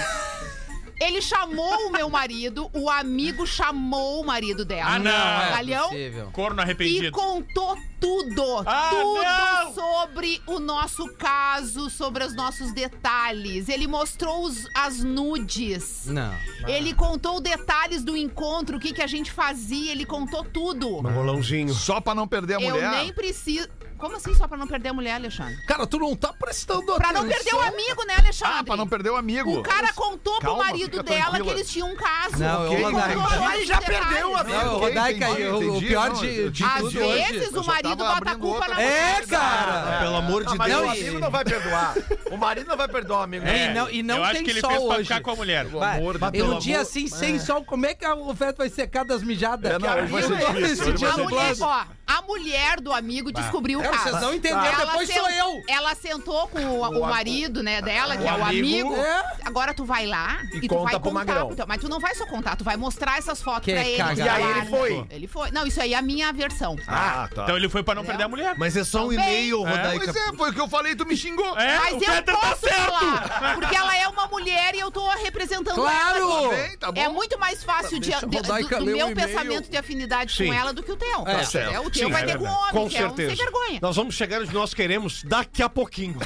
S5: Ele chamou o meu marido, o amigo chamou o marido dela.
S6: Ah, não, é
S5: Galhão.
S4: possível.
S6: Corno
S5: E
S6: arrependido.
S5: contou tudo,
S6: Ah,
S5: tudo
S6: não!
S5: sobre o nosso caso, sobre os nossos detalhes. Ele mostrou os- as nudes.
S4: Não.
S5: Ele contou detalhes do encontro, o que, que a gente fazia, ele contou tudo.
S7: Rolãozinho.
S2: Só pra não perder a
S5: Eu
S2: mulher. Ah,
S5: nem preciso. Como assim só pra não perder a mulher, Alexandre?
S4: Cara, tu não tá prestando
S5: Pra
S4: atenção.
S5: não perder o amigo, né, Alexandre?
S2: Ah, pra não perder o amigo.
S5: O cara contou
S2: Calma,
S5: pro marido
S2: fica
S5: dela
S2: tranquila.
S5: que eles tinham um caso.
S4: Não, eu
S5: Ele
S4: vou
S5: contou
S4: dar-
S5: vários
S9: Ele já perdeu a
S5: detalhes.
S9: vida.
S4: Não,
S9: Ok,
S4: Rodaica,
S9: entendi,
S4: eu- o
S2: entendi.
S4: pior
S2: Não,
S4: de,
S2: eu-
S4: de
S5: Às
S4: tudo hoje...
S5: vezes o
S2: só
S5: marido
S2: tava
S5: bota a
S2: abrindo
S5: culpa
S2: outra-
S5: na
S4: É,
S5: mulher.
S4: cara!
S9: Pelo
S5: Ah,
S9: amor de
S3: Mas
S9: Deus.
S3: o amigo não vai perdoar. O marido não vai perdoar o amigo.
S4: É, não, e não
S6: eu acho
S4: tem
S6: que ele
S4: sol
S6: fez pra
S4: hoje.
S6: ficar com a mulher.
S4: Vai,
S2: amor de
S4: e
S2: Deus.
S4: um dia assim, sem sol, como é que a oferta vai secar das mijadas?
S2: É, não, hoje vai ser
S4: Amigo,
S2: difícil,
S4: esse
S2: hoje vai
S4: dia
S5: A
S2: ser
S4: do
S5: mulher,
S4: plano.
S5: ó, a mulher do amigo descobriu o
S4: É,
S5: caso.
S4: vocês não entenderam,
S5: Ela
S4: depois sou
S5: sen-
S4: eu.
S5: Ela sentou com o, o marido, né, dela, que é o amigo.
S4: É.
S5: Agora tu vai lá e, tu
S3: conta
S5: vai
S3: pro
S5: contar.
S3: Magrão.
S5: pro teu- Mas tu não vai só contar, tu vai mostrar essas fotos
S4: Que
S5: pra ele.
S4: cagada.
S5: tu
S4: E aí
S5: vai
S3: ele
S5: lá, né?
S3: foi.
S5: Ele foi. Não, isso aí é a minha versão.
S2: Ah, tá.
S6: Então ele foi pra não perder a mulher.
S9: Mas é só um
S5: Também.
S9: e-mail,
S6: É.
S9: Rodaica.
S2: Pois é, foi o que eu falei, tu me xingou.
S6: É,
S5: Mas
S6: o
S5: eu
S6: Peter
S5: posso
S6: tá certo.
S5: falar, porque ela é uma mulher e eu tô representando
S4: Claro!
S5: ela.
S2: Bem, tá bom.
S5: É muito mais fácil de,
S4: Deixa a
S5: de-
S4: Rodaica
S5: do, do
S4: ler o
S5: meu
S4: e-mail.
S5: pensamento de afinidade com ela do que o teu.
S4: Tá
S2: certo.
S5: É, o teu
S6: Sim,
S5: vai
S6: é
S5: ter com o
S6: verdade.
S5: homem,
S7: Com
S5: que é um
S7: certeza.
S5: sem vergonha.
S7: Nós vamos chegar onde nós queremos daqui a pouquinho.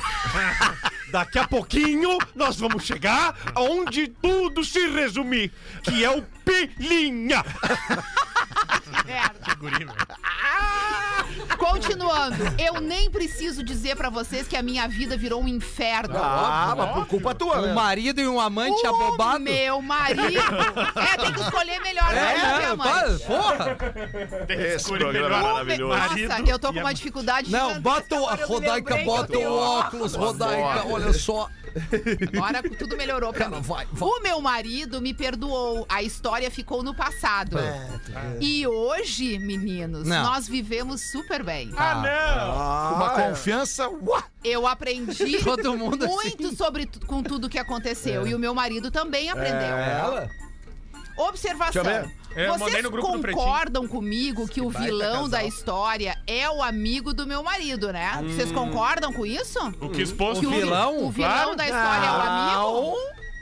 S7: daqui a pouquinho nós vamos chegar onde tudo se resumir, que é o Pilinha.
S5: Merda.
S6: Guri, meu.
S5: Ah! Continuando, eu nem preciso dizer pra vocês que a minha vida virou um inferno.
S3: Ah, mas por culpa tua,
S4: Um
S3: né?
S4: marido e um amante
S5: o
S4: abobado.
S5: meu marido. É, tem que escolher melhor né,
S4: É,
S5: minha
S4: não,
S5: mãe. Um
S4: para, porra!
S2: Esse
S6: Guri
S2: programa
S6: melhor.
S2: é maravilhoso.
S5: Nossa,
S6: Marido
S5: eu tô
S6: e
S5: com
S6: a
S5: uma
S6: mãe.
S5: dificuldade
S4: Não,
S5: gigantesca,
S4: bota o.
S5: agora eu me
S4: Rodaica,
S5: lembrei que eu
S4: bota
S5: tenho um
S4: o óculos, Rodaica, olha só.
S5: Agora tudo melhorou pra mim.
S4: vai, vai.
S5: O meu marido me perdoou. A história ficou no passado. E hoje, meninos,
S4: É, Não.
S5: nós vivemos super bem.
S6: Ah, não.
S2: Uma confiança. uá!
S5: Eu aprendi
S4: Todo mundo
S5: muito
S4: assim. É.
S5: sobre tu- com tudo que aconteceu. E o meu marido também aprendeu.
S4: Ela?
S5: Observação.
S3: Deixa eu ver.
S6: É, eu mandei
S5: Vocês
S6: no grupo do Pretinho.
S5: concordam comigo que o vilão da história é o amigo do meu marido, né? Vocês concordam com isso?
S6: Hum. O que expôs
S5: Que
S4: o
S6: tudo.
S4: vilão?
S5: O vilão
S6: Claro.
S5: da história é o amigo?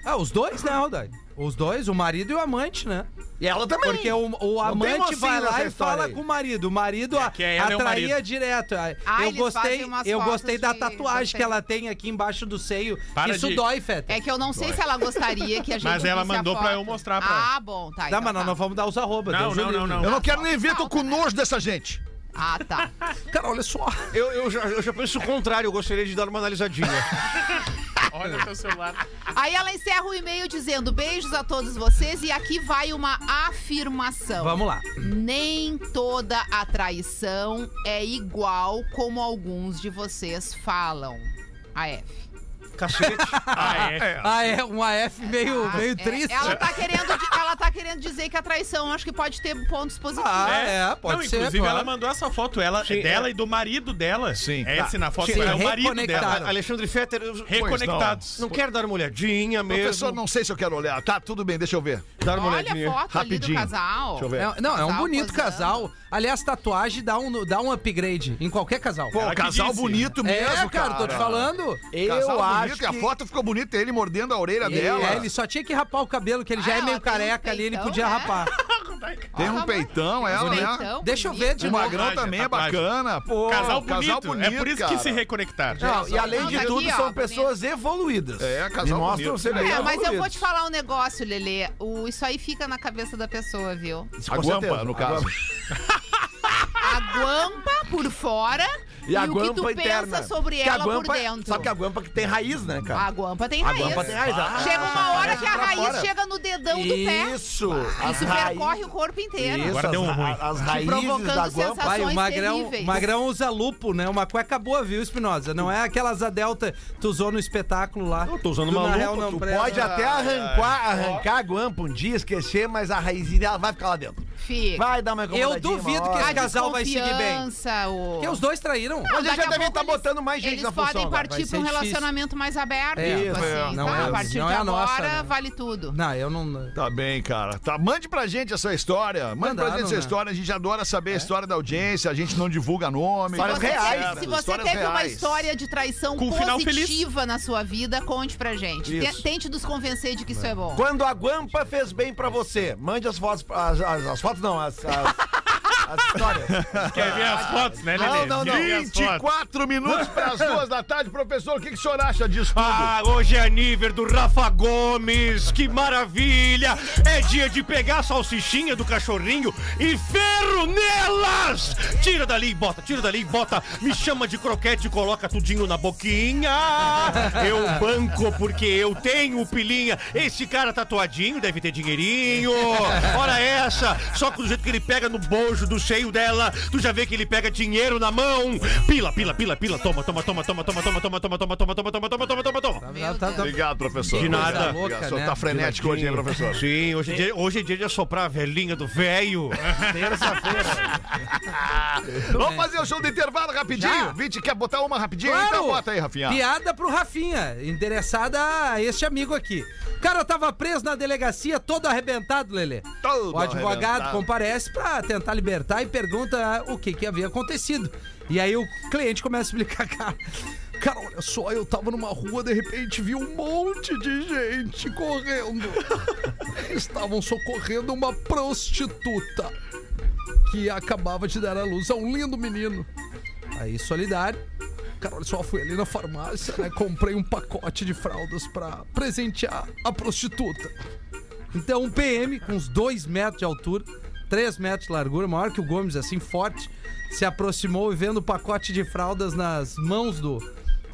S4: Ah, os dois, né, Rodaica? Os dois, o marido e o amante, né?
S3: E ela também.
S4: Porque o, o amante
S3: mocinho
S4: vai lá
S3: nessa
S4: e
S3: história
S4: fala
S3: aí.
S4: com o marido. O marido a-
S6: que ela é o
S4: atraía
S6: marido.
S4: direto.
S5: Ah,
S4: eu
S5: eles
S4: gostei,
S5: fazem umas
S4: eu
S5: fotos
S4: gostei da
S5: de-
S4: tatuagem que
S5: gostei.
S4: ela tem aqui embaixo do seio.
S6: Para
S4: Isso
S6: de-
S4: dói, Feta.
S5: É que eu não sei se ela gostaria que a gente
S6: Mas ela
S5: visse a
S6: mandou pra
S5: foto.
S6: eu mostrar pra ela.
S5: Ah, bom, tá.
S4: Não,
S5: então
S4: mas nós
S5: tá.
S4: não vamos dar os arroba.
S6: Não,
S4: Deus o
S6: não,
S4: livre.
S6: não,
S2: Eu
S6: não.
S2: não quero nem ver, tô com nojo dessa gente.
S5: Ah, tá.
S4: Cara, olha só.
S7: Eu, eu, já, eu já penso o contrário, eu gostaria de dar uma analisadinha.
S6: Olha o teu celular.
S5: Aí ela encerra o e-mail dizendo beijos a todos vocês e aqui vai uma afirmação.
S4: Vamos lá.
S5: Nem toda a traição é igual como alguns de vocês falam. A F.
S6: Ah, é.
S4: Ah, é um AF meio, meio triste.
S5: Ah, Ela tá, querendo, di- ela tá querendo dizer que a traição acho que pode ter pontos positivos.
S4: Ah, é, pode
S6: Não,
S4: ser.
S6: Inclusive,
S4: claro.
S6: ela mandou essa foto ela,
S7: é
S6: dela
S2: é.
S6: e do marido dela.
S2: Sim.
S6: É esse na foto,
S4: Sim,
S6: é o marido
S4: reconectaram.
S6: dela.
S7: Alexandre Fetter, eu-
S6: Reconectados.
S7: não quero dar uma olhadinha mesmo.
S2: Professor, não sei se eu quero olhar. Tá, tudo bem, deixa eu ver.
S7: Dar uma
S5: Olha
S7: olhadinha.
S5: a foto ali
S2: Rapidinho.
S5: do casal.
S2: Deixa eu ver.
S4: É, não, é um
S5: Casal
S4: bonito
S5: posando.
S4: casal. Aliás, tatuagem dá um, dá um upgrade em qualquer casal.
S2: Pô,
S6: Ela que
S2: casal
S6: disse.
S2: bonito
S4: é,
S2: mesmo,
S4: cara, tô te falando.
S2: Casal
S3: Eu
S2: bonito,
S3: acho
S2: e a
S3: que...
S2: foto ficou bonita, ele mordendo a orelha
S4: Ele,
S2: dela.
S4: é, ele só tinha que rapar o cabelo, que ele já
S5: Ah,
S4: é
S5: ela
S4: meio
S5: tem um
S4: careca ali, ele
S5: peitão,
S4: podia
S5: né?
S4: rapar.
S2: Tem um
S5: Olha,
S2: peitão,
S4: é,
S2: ela, né?
S5: Bonitão,
S4: Deixa eu
S5: bonito.
S4: ver de
S2: O
S4: novo.
S2: magrão
S6: Tatuagem,
S2: também é
S6: tatuagem.
S2: bacana. Pô,
S6: Casal, bonito.
S2: Casal bonito,
S6: É por isso
S2: cara.
S6: que se reconectaram.
S3: Não, e além
S5: Não,
S3: de
S5: tá
S3: tudo,
S5: aqui, ó,
S3: são
S5: bonito.
S3: pessoas evoluídas.
S2: É, casal
S3: Me
S2: bonito.
S3: mostram ser bem
S5: É, mas eu vou
S3: evoluídos.
S5: te falar um negócio, Lelê. O, isso aí fica na cabeça da pessoa, viu?
S2: A
S3: Com
S2: guampa,
S3: certeza.
S2: no caso.
S5: A guampa por fora e,
S3: Ah! E a
S5: o que tu
S3: guampa interna.
S5: pensa sobre
S3: Porque a
S5: ela
S3: guampa- é-
S5: por dentro.
S3: Sabe que a guampa que tem raiz, né, cara?
S5: A guampa tem
S3: A
S5: raiz.
S3: guampa tem raiz. Ah,
S5: Chega uma hora que a
S3: pra
S5: raiz
S3: fora.
S5: chega no dedão do pé.
S3: Isso.
S5: Isso percorre o corpo inteiro.
S3: Isso,
S6: Agora deu um
S3: as,
S6: ruim.
S3: ra- as raízes
S5: provocando
S3: da
S5: sensação.
S3: guampa.
S4: Vai, o
S5: Ações
S4: magrão,
S5: Tá terríveis.
S4: o magrão usa lupo, né? Uma cueca boa, viu, Espinosa? Não é aquelas a delta tu usou no espetáculo lá. Eu
S7: tô usando uma lupa,
S4: não
S3: Tu
S4: presta.
S3: pode até arrancar, arrancar a guampa um dia, esquecer, mas a raizinha dela vai ficar lá dentro.
S5: Fica.
S3: Vai dar uma
S4: Eu
S3: incomodadinha
S4: duvido
S3: uma
S4: que
S3: hora.
S4: esse
S5: A
S4: casal vai seguir bem.
S5: desconfiança, O...
S4: Porque os dois traíram.
S5: Não,
S3: Mas eles
S5: daqui
S3: já
S5: a
S3: devem
S5: pouco
S3: tá
S5: eles-
S3: botando mais gente
S5: eles
S3: na
S5: podem
S3: função né? agora,
S5: partir
S4: vai
S5: para
S4: ser
S5: um
S4: difícil.
S5: relacionamento mais aberto.
S4: É,
S5: tipo
S4: é,
S5: assim,
S4: não
S5: tá?
S4: é-
S5: a partir
S4: não
S5: de
S4: é a
S5: agora,
S4: nossa, né?
S5: vale tudo.
S4: Não, eu não.
S2: Tá bem, cara. Tá, mande pra gente essa história. Mande pra
S4: Mandaram,
S2: gente essa
S4: né? É?
S2: história. A gente adora saber a história da audiência. A gente não divulga nome.
S3: Histórias
S5: Se você
S3: reais,
S5: teve-
S3: né?
S5: se você
S2: Histórias
S5: teve uma
S2: reais.
S5: história de traição
S6: Com um final feliz.
S5: positiva na sua vida, conte pra gente. Te-
S3: Isso.
S5: Tente nos convencer de que isso é bom.
S3: Quando a guampa fez bem pra você, mande as fotos, as, as- as fotos não, as... as... As histórias.
S6: Quer ver as fotos, né, Lelê?
S3: Não, não, não.
S6: Quer ver as fotos?
S2: 24 minutos para as duas da tarde. Professor, o que, que o senhor acha disso tudo?
S7: Ah, hoje é nível do Rafa Gomes, que maravilha! É dia de pegar a salsichinha do cachorrinho e ferro nelas! Tira dali e bota, tira dali e bota, me chama de croquete e coloca tudinho na boquinha! Eu banco porque eu tenho pilinha, esse cara Tá tatuadinho deve ter dinheirinho! Olha essa, só que do jeito que ele pega no bojo do cheio dela, tu já vê que ele pega dinheiro na mão! Pila, pila, pila, pila, toma, toma, toma, toma, toma, toma, toma, toma, toma, toma, toma, toma, toma, toma, toma, toma!
S4: tá,
S5: Meu
S4: tá,
S5: Deus.
S2: Obrigado, professor.
S7: De nada.
S2: Obrigado.
S4: Louca,
S2: Obrigado. O senhor
S4: né?
S2: tá frenético hoje, hein, professor?
S7: Sim, hoje é, dia, hoje é dia de assoprar a velhinha do velho.
S2: Vamos fazer o show do intervalo rapidinho.
S4: Ah, é. Já.
S2: Vinte, quer botar uma rapidinho?
S4: Claro.
S2: Então bota aí, Rafinha.
S4: Piada pro Rafinha, endereçada a este amigo aqui. O cara tava preso na delegacia, todo arrebentado, Lelê.
S2: Todo
S4: o advogado
S2: arrebentado.
S4: comparece pra tentar libertar e pergunta o que que havia acontecido. E aí o cliente começa a explicar, cara. Cara, olha só, eu tava numa rua, de repente vi um monte de gente correndo. Estavam socorrendo uma prostituta que acabava de dar à luz a um lindo menino. Aí, solidário. Cara, olha só, fui ali na farmácia, né? Comprei um pacote de fraldas pra presentear a prostituta. Então, um PM com uns 2 metros de altura, 3 metros de largura, maior que o Gomes, assim, forte, se aproximou e vendo o pacote de fraldas nas mãos do,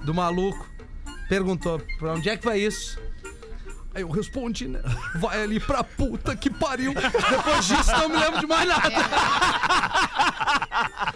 S4: do maluco, perguntou: pra onde é que vai isso? Aí eu respondi, né? Vai ali pra puta que pariu. Depois disso, não me lembro de mais nada.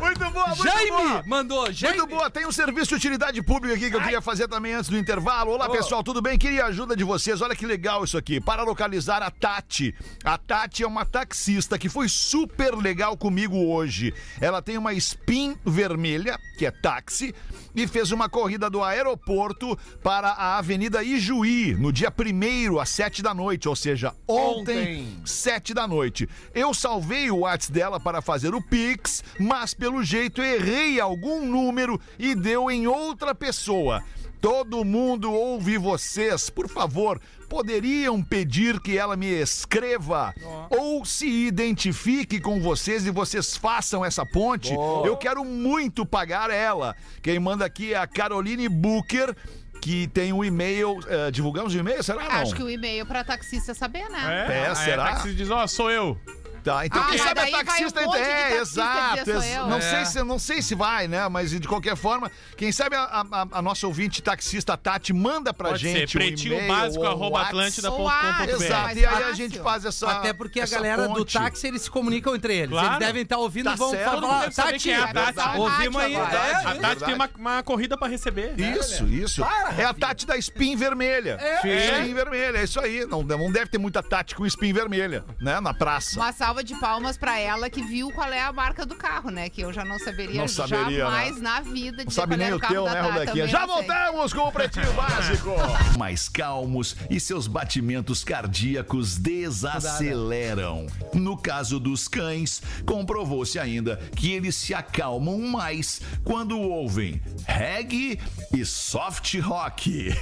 S2: Muito boa, muito
S4: Jaime
S2: boa.
S4: mandou, Jaime.
S2: Muito boa, tem um serviço de utilidade pública aqui que eu queria fazer também antes do intervalo. Olá, pessoal, tudo bem? Queria a ajuda de vocês. Olha que legal isso aqui. Para localizar a Tati. A Tati é uma taxista que foi super legal comigo hoje. Ela tem uma spin vermelha, que é táxi, e fez uma corrida do aeroporto para a Avenida Ijuí, no dia 1 às 7 da noite, ou seja, ontem,
S9: Ontem.
S2: 7 da noite. Eu salvei o Whats dela para fazer o Pix, mas pelo jeito errei algum número e deu em outra pessoa. Todo mundo ouve vocês, por favor. Poderiam pedir que ela me escreva ou se identifique com vocês e vocês façam essa ponte. Eu quero muito pagar ela. Quem manda aqui é a Caroline Booker, que tem um e-mail. eh, divulgamos o e-mail? Será? Não.
S5: Acho que o e-mail pra taxista saber, né?
S2: É,
S6: aí
S2: será?
S6: O táxi diz, ó, sou eu.
S2: Tá, então
S5: Ah,
S2: quem
S5: mas
S2: sabe é
S5: daí vai
S2: taxista
S5: um monte de
S2: é,
S5: taxista
S2: exato.
S5: dizer, sou eu.
S2: Não,
S5: É.
S2: Sei se, não sei se vai, né? Mas de qualquer forma, quem sabe a, a- a nossa ouvinte taxista Tati manda pra
S6: Pode
S2: gente.
S6: ser, pretinho
S2: um
S6: básico, arroba
S2: Atlântida.
S5: Ou a-
S2: Exato,
S6: atlântida.com.br.
S5: Mais
S2: e aí a
S5: fácil.
S2: gente faz essa.
S4: Até porque a
S2: essa
S4: galera do
S2: ponte.
S4: táxi, eles se comunicam entre eles.
S6: Claro.
S4: Eles devem estar ouvindo,
S2: Tá
S4: vão
S2: certo.
S4: falar,
S2: Todo
S6: mundo deve saber
S4: Tati,
S6: quem é a
S4: verdade,
S6: Tati.
S4: ouvimos aí.
S2: Verdade.
S6: A Tati tem uma, uma corrida pra receber.
S4: tá
S6: né?
S2: Isso, isso. é a Tati da spin vermelha. É. Spin vermelha, é isso aí. Não, não deve ter muita Tati com spin vermelha, né? Na praça.
S5: Uma salva de palmas pra ela que viu qual é a marca do carro, né? Que eu já não saberia,
S2: Não saberia,
S5: jamais
S2: né?
S5: na vida
S2: Não
S5: de
S2: sabe
S5: qual
S2: nem
S5: era
S2: o
S5: é carro
S2: teu,
S5: da assim.
S2: né,
S5: Tati,
S2: Rodequinha?
S5: também
S2: Já
S5: não sei.
S2: voltamos com o Pretinho Básico.
S1: mais calmos e seus batimentos cardíacos desaceleram. No caso dos cães, comprovou-se ainda que eles se acalmam mais quando ouvem reggae e soft rock.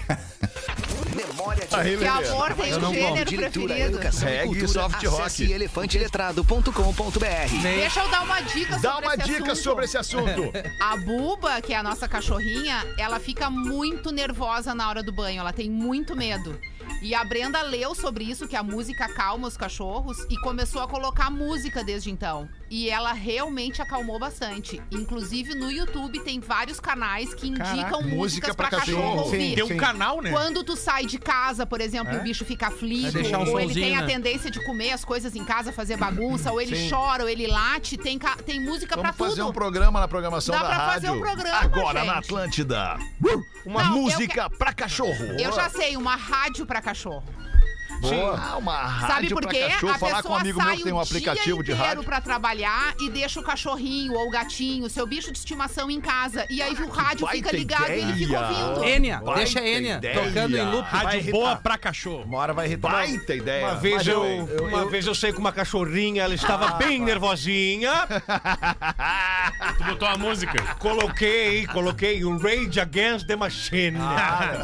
S10: Memória de
S2: Aí,
S5: Que
S2: Lelê.
S5: amor tem
S4: não
S5: um
S4: vou.
S5: gênero
S10: de leitura,
S5: preferido.
S10: educação
S2: Reggae
S10: e cultura.
S2: soft
S10: Acesse
S2: rock.
S10: elefanteletrado.com.br.
S5: Deixa eu dar uma dica sobre
S2: Dá uma
S5: esse
S2: dica
S5: assunto.
S2: sobre esse assunto.
S5: A Buba, que é a nossa cachorrinha, ela fica muito nervosa na hora do banho, ela tem muito medo. E a Brenda leu sobre isso, que a música acalma os cachorros, e começou a colocar música desde então. E ela realmente acalmou bastante. Inclusive no YouTube tem vários canais que indicam músicas pra cachorro, ouvir.
S6: Tem um canal, né?
S5: Quando tu sai de casa, por exemplo, e o bicho fica aflito,
S4: Vai deixar um
S5: ou ele
S4: sonzinho,
S5: tem a
S4: né?
S5: tendência de comer as coisas em casa, fazer bagunça, ou ele chora, ou ele late, tem, ca- tem música
S2: Vamos
S5: pra
S2: fazer
S5: tudo.
S2: um programa na programação
S5: Dá
S2: da
S5: pra
S2: rádio.
S5: fazer um programa,
S2: Agora
S5: gente.
S2: na Atlântida. Uh, Uma
S5: Não, eu
S2: música pra cachorro.
S5: Eu já sei, uma rádio pra cachorro.
S2: Boa. Ah, uma rádio
S5: Sabe por quê?
S2: pra cachorro.
S5: A
S2: Falar com um
S5: pessoa
S2: amigo meu
S5: sai
S2: que tem um
S5: o
S2: aplicativo de
S5: dia inteiro
S2: rádio.
S5: pra trabalhar e deixa o cachorrinho ou o gatinho, seu bicho de estimação em casa. E aí o rádio
S2: baita
S5: fica ligado e ele fica
S2: ideia.
S5: ouvindo.
S4: Enia,
S2: Baita
S4: deixa a Enia
S2: ideia.
S4: tocando em loop.
S6: Rádio
S7: Vai
S6: boa
S7: irritar.
S6: pra cachorro.
S3: Uma hora vai irritar.
S2: Baita ideia.
S7: Uma vez
S3: Mas
S7: eu,
S3: eu- eu-
S7: uma
S3: eu-
S7: vez eu saí com uma cachorrinha, ela estava bem nervosinha.
S6: Tu botou a música.
S7: Coloquei, coloquei um Rage Against the Machine.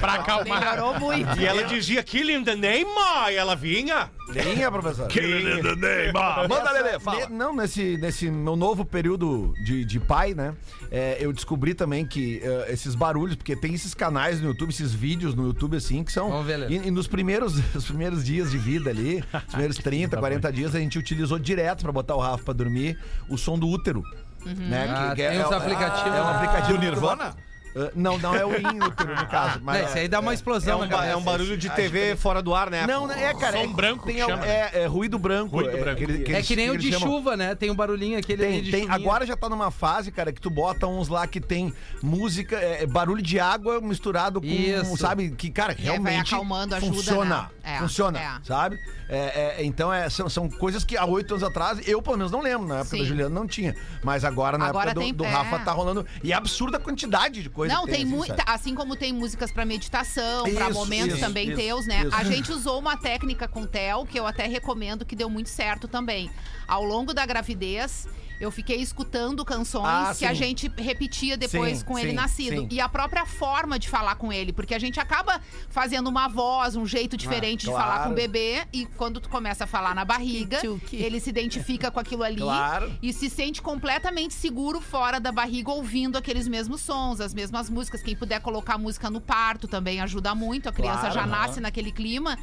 S6: pra acalmar.
S5: Melhorou muito.
S7: E ela dizia Kill in the Name Neymar, e ela vinha?
S3: Linha, professor.
S2: Neymar. Manda,
S3: Essa-
S2: Lelê, fala.
S3: ne- não, nesse, nesse meu novo período de, de pai, né? é, eu descobri também que eh, esses barulhos, porque tem esses canais no YouTube, esses vídeos no YouTube, assim, que são.
S4: Vamos ver, Lelê.
S3: e, e nos primeiros, os primeiros dias de vida ali, os primeiros 30, 40 dias, a gente utilizou direto pra botar o Rafa pra dormir o som do útero.
S6: Uhum.
S3: Né?
S4: Ah, tem uns aplicativos.
S3: É um aplicativo.
S2: Do Nirvana?
S3: Ah, não, não é o inútero, no caso.
S4: Não,
S3: Mas
S4: isso aí dá uma
S7: É
S4: explosão
S7: um,
S4: na
S7: ba-
S4: cabeça.
S7: é um barulho de TV fora do ar, né?
S3: Não, né, é, cara.
S6: Som
S3: é,
S6: branco que
S3: tem al-
S6: chama, né?
S3: é, é ruído branco.
S6: Ruído branco.
S3: aquele-
S4: É
S3: aqueles-
S4: que nem o
S3: eles
S4: de
S3: chamam-
S4: chuva, né? Tem um barulhinho aquele ali
S3: Tem,
S4: de
S3: tem.
S4: chuvinha.
S3: Agora já tá numa fase, cara, que tu bota uns lá que tem música, é, é barulho de água misturado com,
S4: Isso.
S3: sabe? Que, cara, que
S5: É, vai
S3: realmente
S5: acalmando, ajuda,
S3: funciona.
S5: né? É,
S3: funciona,
S5: é.
S3: sabe? É, é, então, é, são, são coisas que há oito anos atrás, eu pelo menos não lembro, na época
S5: Sim.
S3: da Juliana não tinha. Mas agora, na
S5: Agora
S3: época do-
S5: tem-
S3: do,
S5: é.
S3: Rafa, tá rolando. E é absurda a quantidade de coisa
S5: Não,
S3: que
S5: tem,
S3: assim,
S5: muita.
S3: sabe?
S5: Assim como tem músicas pra meditação, pra
S3: Isso,
S5: momentos
S3: isso,
S5: também
S3: isso,
S5: teus, né?
S3: isso.
S5: A gente usou uma técnica com o Theo, que eu até recomendo, que deu muito certo também. Ao longo da gravidez. Eu fiquei escutando canções
S3: Ah,
S5: que a
S3: sim.
S5: gente repetia depois
S3: Sim,
S5: com ele
S3: sim,
S5: nascido.
S3: sim.
S5: E a própria forma de falar com ele, porque a gente acaba fazendo uma voz, um jeito diferente de falar com o
S3: Ah, claro.
S5: bebê. E quando tu começa a falar na barriga, ele se identifica com aquilo ali
S3: Claro.
S5: e se sente completamente seguro fora da barriga ouvindo aqueles mesmos sons, as mesmas músicas. Quem puder colocar música no parto também ajuda muito, a criança
S3: Claro,
S5: já
S3: aham.
S5: nasce naquele clima.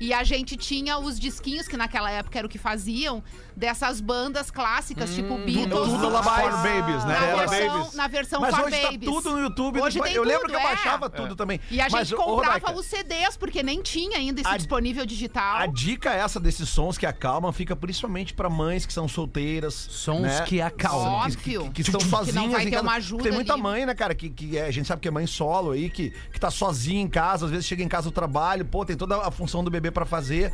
S5: E a gente tinha os disquinhos, que naquela época era o que faziam, dessas bandas clássicas, tipo Beatles.
S3: Hum, tudo lá
S2: For
S3: baixo.
S2: Babies, né?
S5: na,
S6: é
S3: Era
S5: versão,
S7: Babies.
S5: na versão
S3: Mas
S5: For
S3: hoje
S5: Babies.
S3: tá tudo no YouTube.
S5: Hoje
S3: eu
S5: tem
S3: lembro
S5: tudo,
S3: que eu
S5: é.
S3: baixava tudo também.
S5: E a
S3: Mas,
S5: gente
S3: ô,
S5: comprava
S3: Rodaica,
S5: os CDs, porque nem tinha ainda esse
S3: A-
S5: disponível digital.
S3: A dica é essa desses sons que acalmam fica principalmente pra mães que são solteiras.
S4: Sons
S3: né?
S4: que acalmam.
S3: Que, que, que,
S5: Óbvio.
S3: que estão
S5: Que não
S3: sozinhas.
S5: vai
S3: em
S5: ter
S3: casa.
S5: uma ajuda
S3: Tem muita
S5: ali.
S3: mãe, né, cara, que, que é, a gente sabe que é mãe solo aí, que, que tá sozinha em casa, às vezes chega em casa do trabalho, pô, tem toda a função do bebê pra fazer.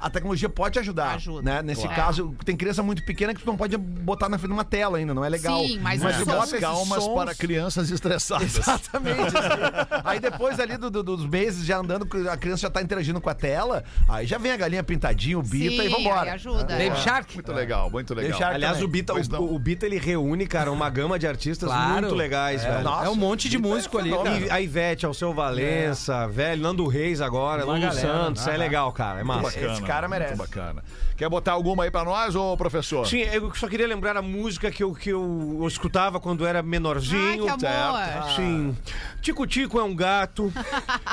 S3: A tecnologia pode te ajudar,
S5: Ajuda.
S3: né? Nesse
S5: Claro.
S3: caso, tem criança muito pequena que tu não pode botar na frente de uma tela ainda, não é legal.
S5: Sim, mas
S3: mas
S5: os
S3: tu
S5: sons-
S3: bota esses
S2: Calmas
S3: sons-
S2: para crianças estressadas.
S3: Exatamente. assim. aí depois ali do- do- dos meses já andando, a criança já tá interagindo com a tela, aí já vem a galinha pintadinha, o bita
S5: Sim,
S3: e vambora.
S5: aí ajuda.
S3: é.
S4: Baby Shark?
S2: Muito legal, muito legal.
S3: Deixar-
S7: Aliás,
S3: também.
S7: o Bita,
S2: Pois não.
S7: o, o Bita ele reúne, cara, uma gama de artistas
S4: Claro.
S7: muito legais, velho.
S3: Nossa,
S4: é um monte de músico ali, cara.
S7: E a Ivete, Alceu Valença, velho, Nando Reis agora,
S4: Uma
S7: Lulu
S4: galera.
S7: Santos, é legal, cara, é
S2: Muito
S7: massa.
S2: bacana,
S3: Esse cara merece.
S2: Muito bacana. Quer botar alguma aí pra nós, ô professor?
S7: Sim, eu só queria lembrar a música que eu, que eu escutava quando era menorzinho.
S5: Ai, que amor.
S7: Certo. Sim. Tico-tico é um gato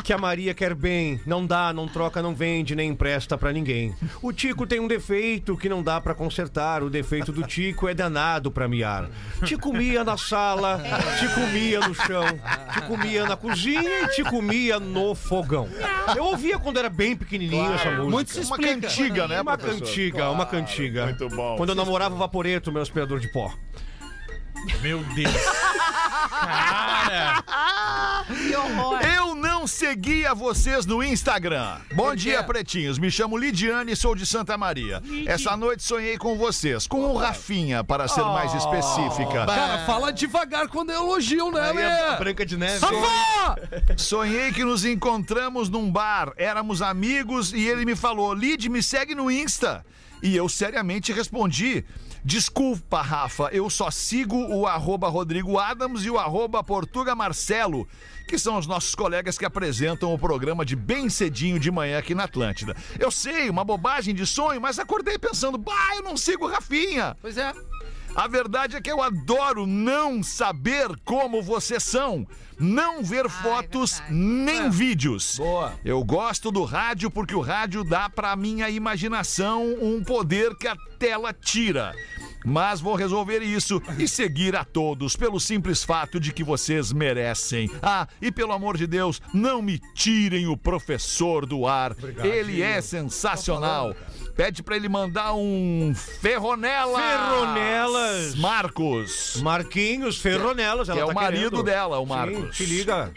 S7: que a Maria quer bem. Não dá, não troca, não vende, nem empresta pra ninguém. O Tico tem um defeito que não dá pra consertar. O defeito do Tico é danado pra miar. Tico mia na sala, Tico mia no chão, Tico mia na cozinha e Tico mia no fogão. Eu ouvia quando era bem pequenininho essa música.
S4: Muito se
S2: Uma
S4: explica.
S2: cantiga, né,
S7: Uma
S2: professor?
S7: cantiga, uma cantiga.
S2: muito bom.
S7: Quando eu namorava o Vaporeto, meu aspirador de pó.
S6: Meu Deus. Cara,
S5: Que horror.
S2: Eu não seguia vocês no Instagram. Bom dia, pretinhos. Me chamo Lidiane e sou de Santa Maria. Essa noite sonhei com vocês, com o Rafinha, para ser
S7: Oh.
S2: mais específica.
S4: Cara, fala devagar quando eu elogio, né,
S2: é.
S3: é
S4: Lê?
S7: Branca de Neve.
S4: Rafa!
S2: Sonhei que nos encontramos num bar, éramos amigos e ele me falou: Lid, me segue no Insta. E eu seriamente respondi: Desculpa, Rafa, eu só sigo o arroba Rodrigo Adams e o arroba Portuga Marcelo, que são os nossos colegas que apresentam o programa de bem cedinho de manhã aqui na Atlântida. Eu sei, uma bobagem de sonho, mas acordei pensando: Bah, eu não sigo o Rafinha.
S4: Pois é.
S2: A verdade é que eu adoro não saber como vocês são, não ver fotos
S5: verdade.
S2: nem vídeos.
S3: Boa.
S2: Eu gosto do rádio porque o rádio dá pra minha imaginação um poder que a tela tira. Mas vou resolver isso e seguir a todos pelo simples fato de que vocês merecem. Ah, e pelo amor de Deus, não me tirem o professor do ar. Ele é sensacional. Pede pra ele mandar um ferronela.
S7: Ferronelas.
S2: Marcos.
S7: Marquinhos Ferronelas, ela
S2: Que é
S7: tá
S2: o marido
S7: querendo.
S2: dela, o Marcos.
S7: Sim, te liga.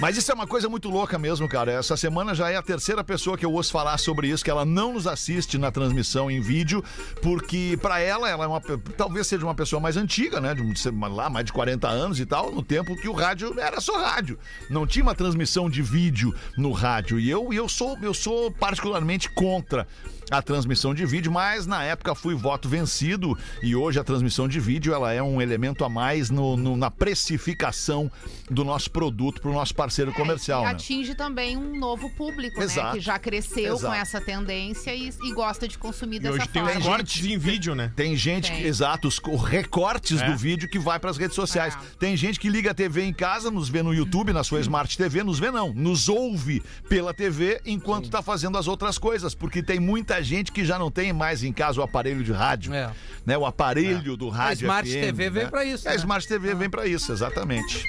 S2: Mas isso é uma coisa muito louca mesmo, cara. Essa semana já é a terceira pessoa que eu ouço falar sobre isso, que ela não nos assiste na transmissão em vídeo, porque pra ela, ela é uma, pe- talvez seja uma pessoa mais antiga, né? De um- sei lá mais de 40 anos e tal, no tempo que o rádio era só rádio. Não tinha uma transmissão de vídeo no rádio. E eu, e eu sou, eu sou particularmente contra a transmissão de vídeo, mas na época fui voto vencido e hoje a transmissão de vídeo ela é um elemento a mais no- no- na precificação do nosso produto para o nosso parceiro comercial,
S5: E
S2: né?
S5: atinge também um novo público, né?
S2: Exato.
S5: Que já cresceu
S2: Exato.
S5: com essa tendência e, e gosta de consumir
S6: E
S5: dessa
S6: hoje tem
S5: forma.
S6: uns cortes em vídeo, né?
S2: Tem gente que,
S5: Tem.
S2: exato, os co- recortes
S6: É.
S2: do vídeo que vai para as redes sociais.
S5: É.
S2: Tem gente que liga a TV em casa, nos vê no YouTube, na sua Smart TV, nos vê não, nos ouve pela TV enquanto tá fazendo as outras coisas, porque tem muita gente que já não tem mais em casa o aparelho de rádio.
S4: É.
S2: Né, o aparelho do rádio.
S4: Smart
S2: FM,
S4: TV vem
S2: né?
S4: pra isso,
S2: É, a
S4: né?
S2: Smart TV vem para isso, exatamente.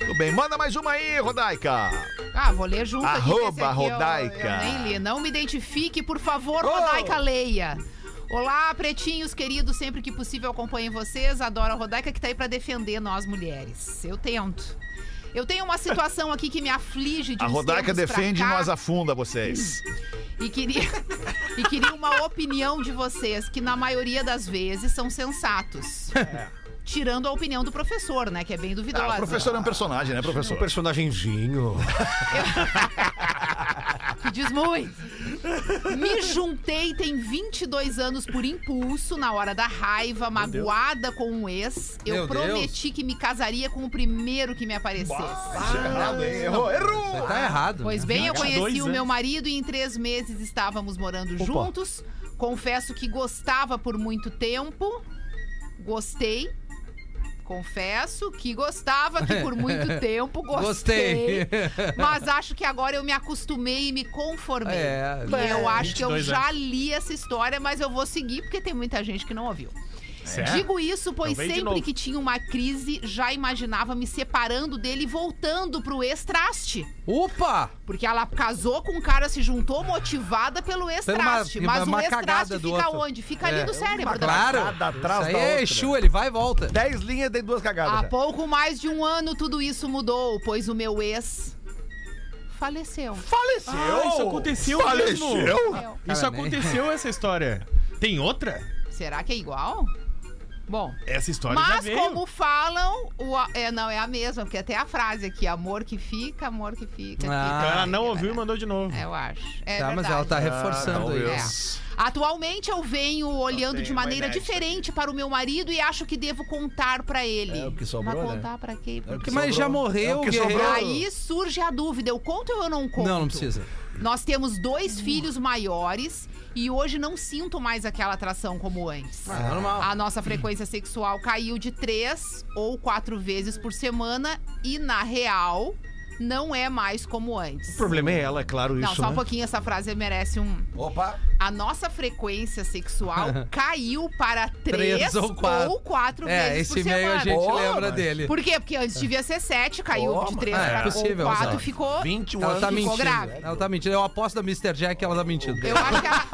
S2: Tudo bem, manda mais uma aí, Rodaica.
S5: Ah, vou ler junto aqui,
S2: Arroba
S5: esse aqui. eu-
S2: Rodaica. Oh!
S5: Eu, nem li. Não me identifique, por favor, Rodaica Leia. Olá, pretinhos queridos, sempre que possível acompanhem vocês. Adoro a Rodaica que tá aí pra defender nós mulheres. Eu tento. Eu tenho uma situação aqui que me aflige de
S2: A
S5: uns
S2: Rodaica
S5: tempos pra
S2: defende e
S5: cá.
S2: nós afunda vocês.
S5: E queria, e queria uma opinião de vocês, que na maioria das vezes são sensatos. Tirando a opinião do professor, né? Que é bem duvidosa.
S2: É. Ah, o professor é um personagem, né, professor?
S7: personagemzinho.
S5: Que diz muito. Me juntei tem 22 anos por impulso, na hora da raiva, magoada com um ex. Eu
S4: Meu Deus.
S5: prometi que me casaria com o primeiro que me aparecesse.
S2: Errado, hein? Errou, errou!
S4: Você tá errado.
S5: Ah, Pois
S4: né?
S5: bem, eu
S6: 22
S5: conheci o
S6: anos.
S5: meu marido e em três meses estávamos morando juntos. Confesso que gostava por muito tempo. Gostei. Confesso que gostava, que por muito tempo gostei.
S4: Gostei.
S5: Mas acho que agora eu me acostumei e me conformei.
S4: É,
S5: e eu acho que eu
S6: 22
S5: já li essa história, mas eu vou seguir porque tem muita gente que não ouviu. Digo isso, pois
S6: Então vem de
S5: sempre
S6: novo.
S5: que tinha uma crise, já imaginava me separando dele e voltando pro ex-traste.
S4: Opa!
S5: Porque ela casou com um cara, se juntou motivada pelo
S4: Pelo ma-
S5: ex-traste. Mas
S4: uma
S5: o
S4: cagada
S5: ex-traste
S4: do
S5: fica
S4: outro.
S5: onde? Fica
S4: É,
S5: ali no cérebro. da
S4: Claro.
S5: pessoa.
S3: Cagada atrás
S4: Isso aí
S3: da
S4: é
S3: outra.
S4: Exu, ele vai e volta.
S3: Dez linhas dei duas cagadas.
S5: Há
S3: já.
S5: pouco mais de um ano tudo isso mudou, pois o meu ex faleceu.
S6: Faleceu! isso aconteceu mesmo!
S5: Faleceu.
S6: Isso
S4: Cara, né? nem-
S6: aconteceu, essa história. Tem outra?
S5: Será que é igual? Bom,
S6: Essa história já
S5: mas
S6: veio.
S5: como falam, o a- é, não é a mesma, porque até a frase aqui, amor que fica, amor que fica. fica,
S4: Ah.
S6: Então ela
S5: vai,
S6: não
S5: vai,
S6: ouviu e
S5: vai.
S6: mandou de novo.
S5: É, Eu acho. É
S4: tá, mas
S5: verdade.
S4: ela tá
S3: Ah,
S4: reforçando aí.
S5: É. Atualmente eu venho olhando de
S6: tenho uma
S5: maneira
S6: ideia.
S5: diferente para o meu marido e acho que devo contar para ele.
S3: É o que sobrou,
S5: Mas
S3: né?
S5: contar pra quê?
S4: Porque, mas já morreu,
S3: É o que
S4: guerreiro.
S3: sobrou.
S5: Aí surge a dúvida, eu conto ou eu não conto?
S4: Não, não precisa.
S5: Nós temos dois filhos maiores e hoje não sinto mais aquela atração como antes.
S4: Ah, normal.
S5: A nossa frequência sexual caiu de três ou quatro vezes por semana e, na real, não é mais como antes.
S7: O problema é ela, é claro,
S5: Não,
S7: isso,
S5: só um
S7: né?
S5: pouquinho, essa frase merece um.
S3: Opa.
S5: A nossa frequência sexual caiu para três,
S4: Três ou
S5: ou
S4: quatro.
S5: quatro,
S4: É,
S5: vezes
S4: esse
S5: por
S4: e-mail
S5: semana.
S4: a gente
S3: Oh,
S4: lembra
S3: mas-
S4: dele.
S5: Por quê? Porque antes devia ser sete, caiu
S3: Oh,
S5: de
S3: mas-
S5: três
S4: Ah, é
S5: para
S4: possível,
S5: ou
S4: Zé.
S5: quatro, ficou.
S3: 21
S4: Ela tá
S5: ficou
S4: mentindo.
S5: grávida.
S4: Ela tá mentindo. Eu aposto da Mr. Jack que ela tá mentindo.
S5: Eu acho, que ela,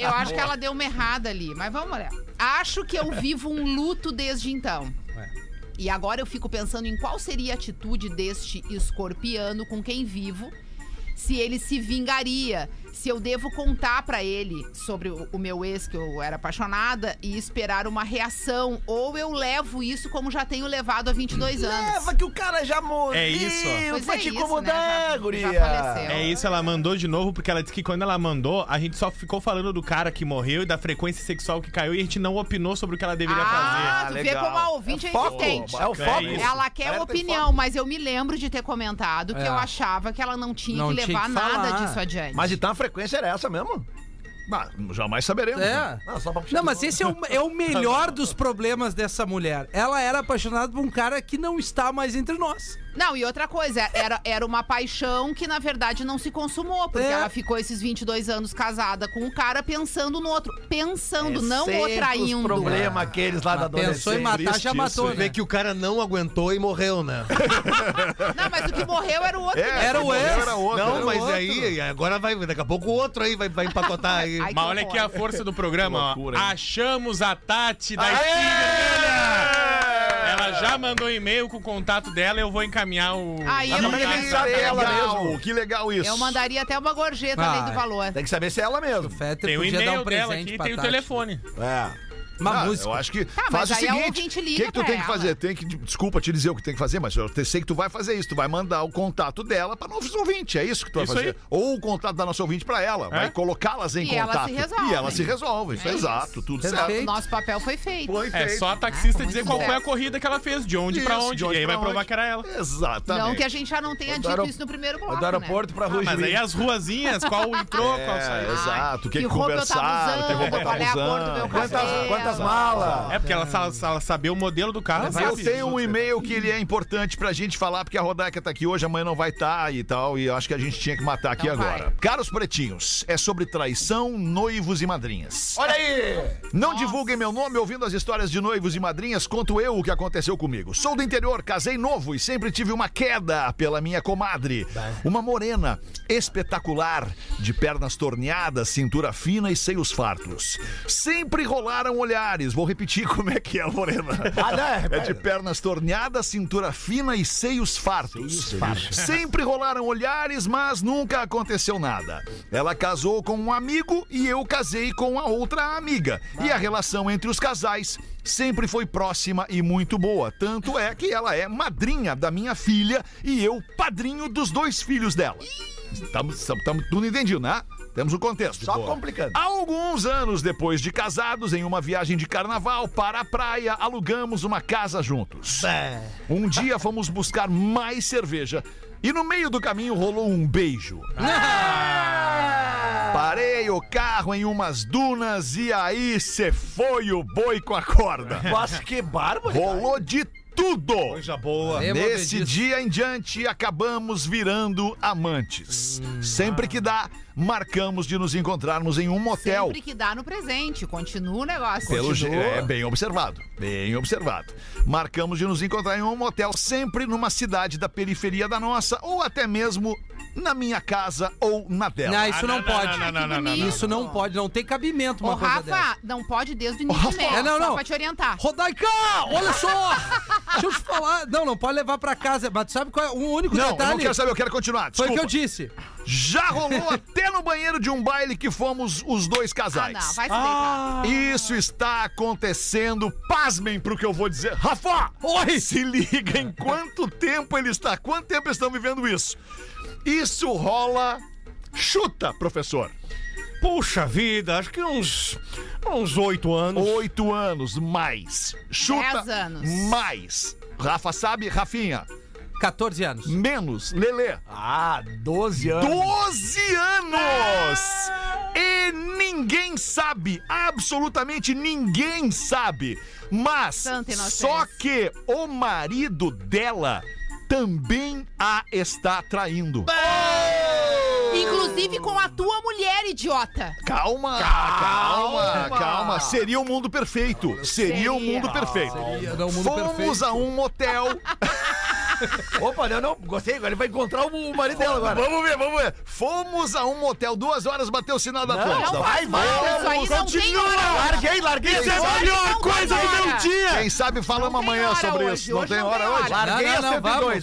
S5: eu, eu acho que ela deu uma errada ali, mas vamos olhar. Acho que eu vivo um luto desde então. E agora eu fico pensando em qual seria a atitude deste escorpiano com quem vivo, se ele se vingaria, se eu devo contar pra ele sobre o, o meu ex que eu era apaixonada e esperar uma reação, ou eu levo isso como já tenho levado há 22 anos.
S3: Leva que o cara já morreu.
S6: É isso.
S5: Pois
S3: Vai
S5: é
S3: te
S5: isso,
S3: incomodar,
S5: né? Já- já
S3: guria.
S5: faleceu.
S6: É isso, ela mandou de novo, porque ela disse que quando ela mandou, a gente só ficou falando do cara que morreu e da frequência sexual que caiu e a gente não opinou sobre o que ela deveria
S5: Ah, tu vê
S3: legal.
S5: como a ouvinte é,
S3: foco,
S5: insistente.
S3: É o foco.
S6: isso.
S5: Ela quer
S3: Ela tem
S5: opinião,
S3: foco.
S5: mas eu me lembro de ter comentado que
S4: É.
S5: eu achava que ela não tinha
S4: Não
S5: que
S4: tinha
S5: levar
S4: que
S5: nada
S4: falar.
S5: disso adiante.
S3: Mas então a frequência era essa mesmo?
S2: Bah, Ah, jamais saberemos. né?
S4: É.
S3: Não, só pra puxar
S4: Não,
S3: de
S4: mas
S3: novo.
S4: esse é o, é o melhor dos problemas dessa mulher. Ela era apaixonada por um cara que não está mais entre nós.
S5: Não, e outra coisa, era, era uma paixão que na verdade não se consumou, porque
S4: É.
S5: ela ficou esses 22 anos casada com o cara pensando no outro. Pensando,
S3: É
S5: não Ah, o traindo.
S3: problema aqueles lá da
S4: Mas pensou em
S3: adolescência.
S4: matar, já
S2: Triste
S4: matou,
S2: isso,
S4: né?
S7: Vê É que o cara não aguentou e morreu, né?
S5: Não, mas o que morreu era o
S3: É.
S5: outro. né?
S4: Era o
S2: quem morreu
S4: ex.
S2: Era outro.
S7: Não,
S4: era
S7: mas
S4: outro.
S7: aí, agora vai, daqui a pouco o outro aí vai, vai empacotar aí.
S5: Ai,
S6: Mas olha aqui a força do programa,
S2: loucura,
S6: ó.
S2: hein?
S6: Achamos a Tati da
S2: Aê!
S6: Skin Vermelha! Ela já mandou um e-mail com o contato dela eu vou encaminhar o.
S5: Aí
S6: o
S5: eu
S2: Mas tem que
S5: mandei-
S6: WhatsApp
S2: saber
S5: um
S6: dela.
S2: ela
S4: um
S2: mesmo. Que é legal isso.
S5: Eu mandaria até É uma gorjeta
S4: Ah,
S5: além do valor.
S3: Tem que saber se é ela mesmo.
S4: Fetter
S6: Tem o
S4: podia dar
S6: e-mail
S4: um
S6: dela
S4: presente
S6: aqui e
S4: pra
S6: tem o
S4: Tati.
S6: telefone.
S3: É.
S4: Uma
S2: Ah,
S4: música.
S2: Eu acho que faz
S5: mas
S2: o
S5: aí a
S2: seguinte.
S5: ouvinte
S2: O
S5: liga
S2: que, que tu
S5: pra
S2: tem que
S5: ela.
S2: fazer? Tem que, desculpa te dizer o que tem que fazer, mas eu te- sei que tu vai fazer isso. Tu vai mandar o contato dela pra novos ouvintes. É isso que tu vai
S6: Isso
S2: fazer.
S6: aí.
S2: Ou o contato da nossa ouvinte pra ela. Vai colocá-las em
S5: E elas
S2: contato.
S5: se resolvem.
S2: E elas se resolvem. Isso é
S5: É isso.
S2: exato, tudo certo.
S4: Perfeito.
S5: Nosso papel foi feito.
S6: É só a taxista
S5: Ah,
S6: dizer
S5: muito
S6: qual foi a
S5: certo.
S6: corrida que ela fez, de onde pra
S2: Isso,
S6: onde.
S2: de onde
S6: e aí
S2: pra
S6: vai provar
S2: onde.
S6: que era ela.
S2: Exatamente.
S5: Não que a gente já não tenha
S3: Do
S5: dito
S3: aerop-
S5: isso no primeiro bloco, né?
S3: Do aeroporto
S2: Ah,
S3: pra rua
S6: Mas aí
S3: Juiz.
S6: as ruazinhas, qual entrou, qual
S2: É,
S6: saiu.
S2: exato. O que,
S5: que
S2: que
S5: roupa eu tava
S2: conversar, o que
S5: usando,
S2: roupa
S5: qual é a
S2: tava
S5: cor do meu
S2: usando.
S5: cabelo.
S3: Quantas, quantas malas?
S6: É porque ela, ela, ela saber o modelo do carro, ela
S2: Eu
S6: sabe.
S2: tenho um e-mail que ele é importante pra gente falar, porque a Rodaica tá aqui hoje, amanhã não vai estar e tal, e eu acho que a gente tinha que matar aqui
S5: Não vai.
S2: agora. Caros pretinhos, é sobre traição, noivos e madrinhas.
S3: Olha aí!
S2: Não divulguem meu nome ouvindo as histórias de noivos e madrinhas, conto eu o que aconteceu comigo. Sou do interior, casei novo e sempre tive uma queda pela minha comadre. Uma morena espetacular, de pernas torneadas, cintura fina e seios fartos. Sempre rolaram olhares. Vou repetir como é que é a morena. É de pernas torneadas, cintura fina e seios fartos. Sempre rolaram olhares, mas nunca aconteceu nada. Ela casou com um amigo e eu casei com a outra amiga. E a relação entre os casais sempre foi próxima e muito boa. Tanto é que ela é madrinha da minha filha e eu padrinho dos dois filhos dela. Estamos, estamos, tu não entendiu, né? Temos o contexto.
S3: Só complicando.
S2: Alguns anos depois de casados, em uma viagem de carnaval para a praia, alugamos uma casa juntos. Um dia fomos buscar mais cerveja e no meio do caminho rolou um beijo.
S4: Ah.
S2: Parei o carro em umas dunas e aí cê foi o boi com a corda.
S3: Nossa, que barba.
S2: Rolou de tudo.
S7: Coisa boa.
S4: Eu vou ver
S2: Nesse
S4: disso.
S2: dia em diante, acabamos virando amantes.
S4: Hum.
S2: Sempre que dá, marcamos de nos encontrarmos em um motel.
S5: Sempre que dá no presente, continua o negócio.
S2: Pelo je-
S5: Continua.
S2: é bem observado, bem observado. Marcamos de nos encontrar em um motel, sempre numa cidade da periferia da nossa, ou até mesmo na minha casa ou na dela.
S4: Não, isso
S6: Ah,
S4: não,
S6: não, não,
S4: pode.
S6: não, não, não,
S5: não, não.
S4: Isso não pode, não tem cabimento uma
S5: Ô,
S4: coisa
S5: Rafa,
S4: dessa.
S5: não pode desde o início mesmo,
S4: É, não,
S5: só
S4: não.
S5: pra te orientar.
S4: Rodaica, olha só! Deixa eu te falar. Não, não pode levar pra casa. Mas tu sabe qual é um único
S2: Não, eu não
S4: detalhe?
S2: quero saber, eu quero continuar.
S4: Foi o que eu
S2: desculpa.
S4: disse.
S2: Já rolou até no banheiro de um baile que fomos os dois
S5: Ah,
S2: casais.
S5: não, vai se deitar.
S2: Isso está acontecendo. Pasmem pro que eu vou dizer. Rafa!
S4: Oi!
S2: Se liga em quanto tempo ele está. Quanto tempo eles estão vivendo isso? Isso rola. Chuta, professor.
S7: Puxa vida, acho que uns. Uns oito anos.
S2: Oito anos mais. Chuta.
S5: Dez anos.
S2: Mais. Rafa sabe, Rafinha.
S4: 14 anos.
S2: Menos. Lelê.
S3: Ah, 12 anos.
S2: 12 anos! E ninguém sabe, absolutamente ninguém sabe. Mas
S5: Santa inocência.
S2: só que o marido dela também a está traindo.
S5: Inclusive com a tua mulher, idiota.
S2: Calma, calma, calma, Seria o mundo perfeito. Seria, o
S5: Seria.
S2: mundo perfeito.
S4: Não, o mundo
S2: Fomos
S4: perfeito.
S2: a um motel.
S3: Opa, não, não, gostei. Agora ele vai encontrar o, o marido dela agora.
S2: vamos ver, vamos ver. Fomos a um motel, duas horas, bateu o sinal da Atlântida.
S5: Não faz mal, isso aí não tem
S2: Continua.
S5: hora.
S3: Larguei, larguei.
S2: Isso é
S5: Hoje
S2: melhor
S5: não
S2: coisa
S5: tem
S2: do meu
S5: hora.
S2: Quem sabe falamos
S5: Não tem
S2: amanhã
S5: hora
S2: sobre
S5: hoje,
S2: isso. Não
S5: hoje
S2: tem
S5: não
S2: é hora
S5: tem
S2: hoje?
S5: hora.
S3: Larguei
S4: Não,
S3: a
S4: não,
S3: 102.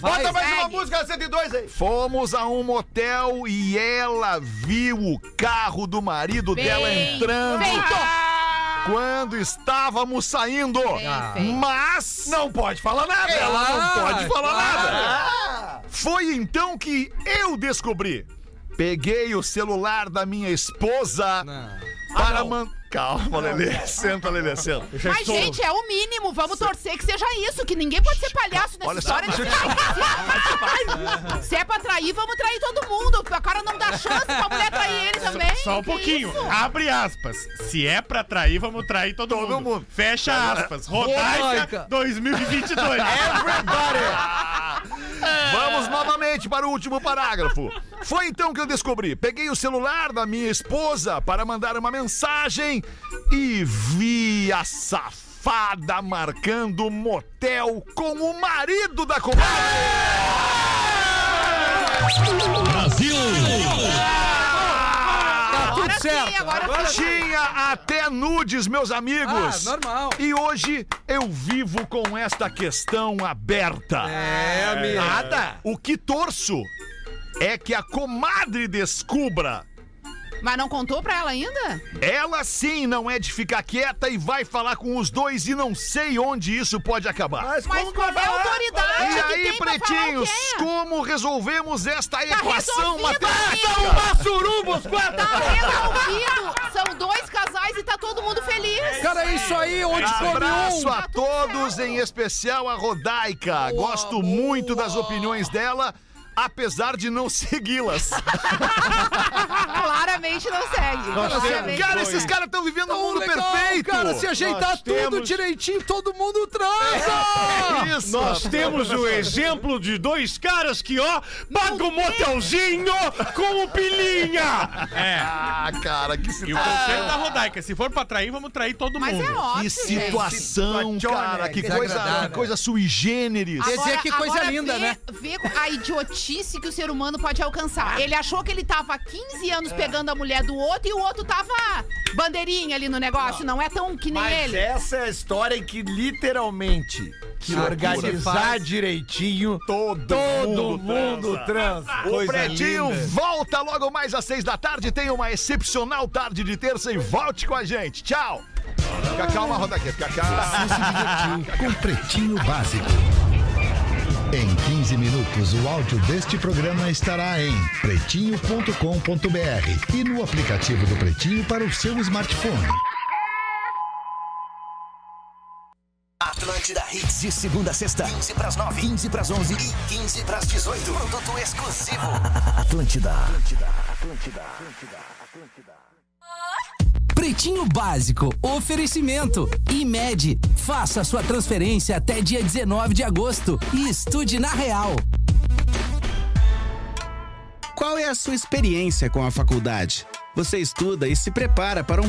S4: vamos, vai.
S3: Bota mais uma
S5: Segue.
S3: música, a 102 aí.
S2: Fomos a um motel e ela viu o carro do marido
S5: Bem
S2: dela entrando
S5: feito.
S2: quando estávamos saindo. Ah.
S5: feito.
S2: Mas é
S3: Não pode falar nada. Ela
S4: Ah,
S2: não pode falar
S4: claro.
S5: Ah.
S2: nada. Foi então que eu descobri. Peguei o celular da minha esposa
S5: Ah,
S2: para man... Calma, Lelê. Senta, Lelê, senta.
S5: Mas, gente, é o mínimo. Vamos torcer que seja isso, que ninguém pode ser palhaço nessa
S2: Olha só,
S5: história. de trair. Se é pra trair, vamos trair todo mundo. O cara não dá chance pra mulher trair ele
S4: é
S5: também.
S6: Só um
S5: Que
S6: pouquinho.
S5: isso?
S6: Abre aspas. Se é pra trair, vamos trair todo,
S2: Todo
S6: mundo.
S2: mundo.
S6: Fecha aspas. Rodaica
S4: Rodaica. É,
S6: 2022.
S2: Vamos novamente para o último parágrafo. Foi então que eu descobri. Peguei o celular da minha esposa para mandar uma mensagem e vi a safada marcando motel com o marido da comadre.
S4: Tá tudo
S5: Agora sim,
S4: certo.
S5: agora sim.
S2: Tinha até nudes, meus amigos.
S4: Ah, normal.
S2: E hoje eu vivo com esta questão aberta.
S4: É, amigo.
S2: Nada. O que torço é que a comadre descubra
S5: Mas não contou pra ela ainda?
S2: Ela sim não é de ficar quieta e vai falar com os dois e não sei onde isso pode acabar.
S5: Mas qual é a autoridade
S2: e
S5: que
S2: aí,
S5: tem pra falar
S2: pretinhos,
S5: o quê? Tá
S2: como resolvemos esta equação
S5: resolvido,
S2: matemática?
S5: amigo.
S11: Surubos, guarda!
S5: Tá resolvido! São dois casais e tá todo mundo feliz!
S12: Cara, é isso aí, onde come um.
S2: Abraço a
S5: Tá tudo
S2: todos,
S5: certo.
S2: em especial a Rodaica. Gosto muito das opiniões dela, apesar de não segui-las.
S5: Claramente não segue. Claramente.
S2: Cara, esses caras estão vivendo um mundo
S12: Legal,
S2: perfeito.
S12: Cara, se ajeitar
S11: Nós
S12: tudo
S11: temos-
S12: direitinho, todo mundo
S2: É.
S5: Ah,
S12: transa!
S2: Isso.
S11: Nós temos o exemplo de dois caras que, ó, paga um motelzinho com o pilinha!
S6: É.
S2: Ah, cara, que
S6: E o
S4: tá.
S2: situação.
S6: conselho da Rodaica, se for pra trair, vamos trair todo
S5: Mas
S6: mundo.
S5: é ótimo.
S2: Que
S5: gente.
S2: situação, cara. Que coisa, Ah,
S12: Desagradável.
S2: que coisa sui generis.
S12: Quer dizer que coisa linda,
S5: vê,
S12: né?
S5: Vê a idiotice que o ser humano pode alcançar. Ele achou que ele tava há 15
S2: É.
S5: anos pegando a mulher do outro e o outro tava bandeirinha ali no negócio. Não, é tão que nem
S7: Mas
S5: ele.
S7: essa é a história em que literalmente se organizar direitinho, todo, mundo, transa.
S2: O
S7: Coisa
S2: Pretinho
S7: linda.
S2: volta logo mais às seis da tarde. Tenha uma excepcional tarde de terça e volte com a gente. Tchau. Fica calma, Rodaquete. Fica calma.
S8: com Pretinho Básico. Em 15 minutos, o áudio deste programa estará em pretinho.com.br e no aplicativo do Pretinho para o seu smartphone.
S13: Atlântida Hits de segunda a sexta, 15 pras 9, 15 pras 11 e 15 pras 18. Produto exclusivo. Atlântida. Atlântida. Atlântida. Atlântida. Atlântida.
S4: Pretinho Básico, oferecimento. IMED, faça sua transferência até dia 19 de agosto e estude na Real.
S3: Qual é a sua experiência com a faculdade? Você estuda e se prepara para um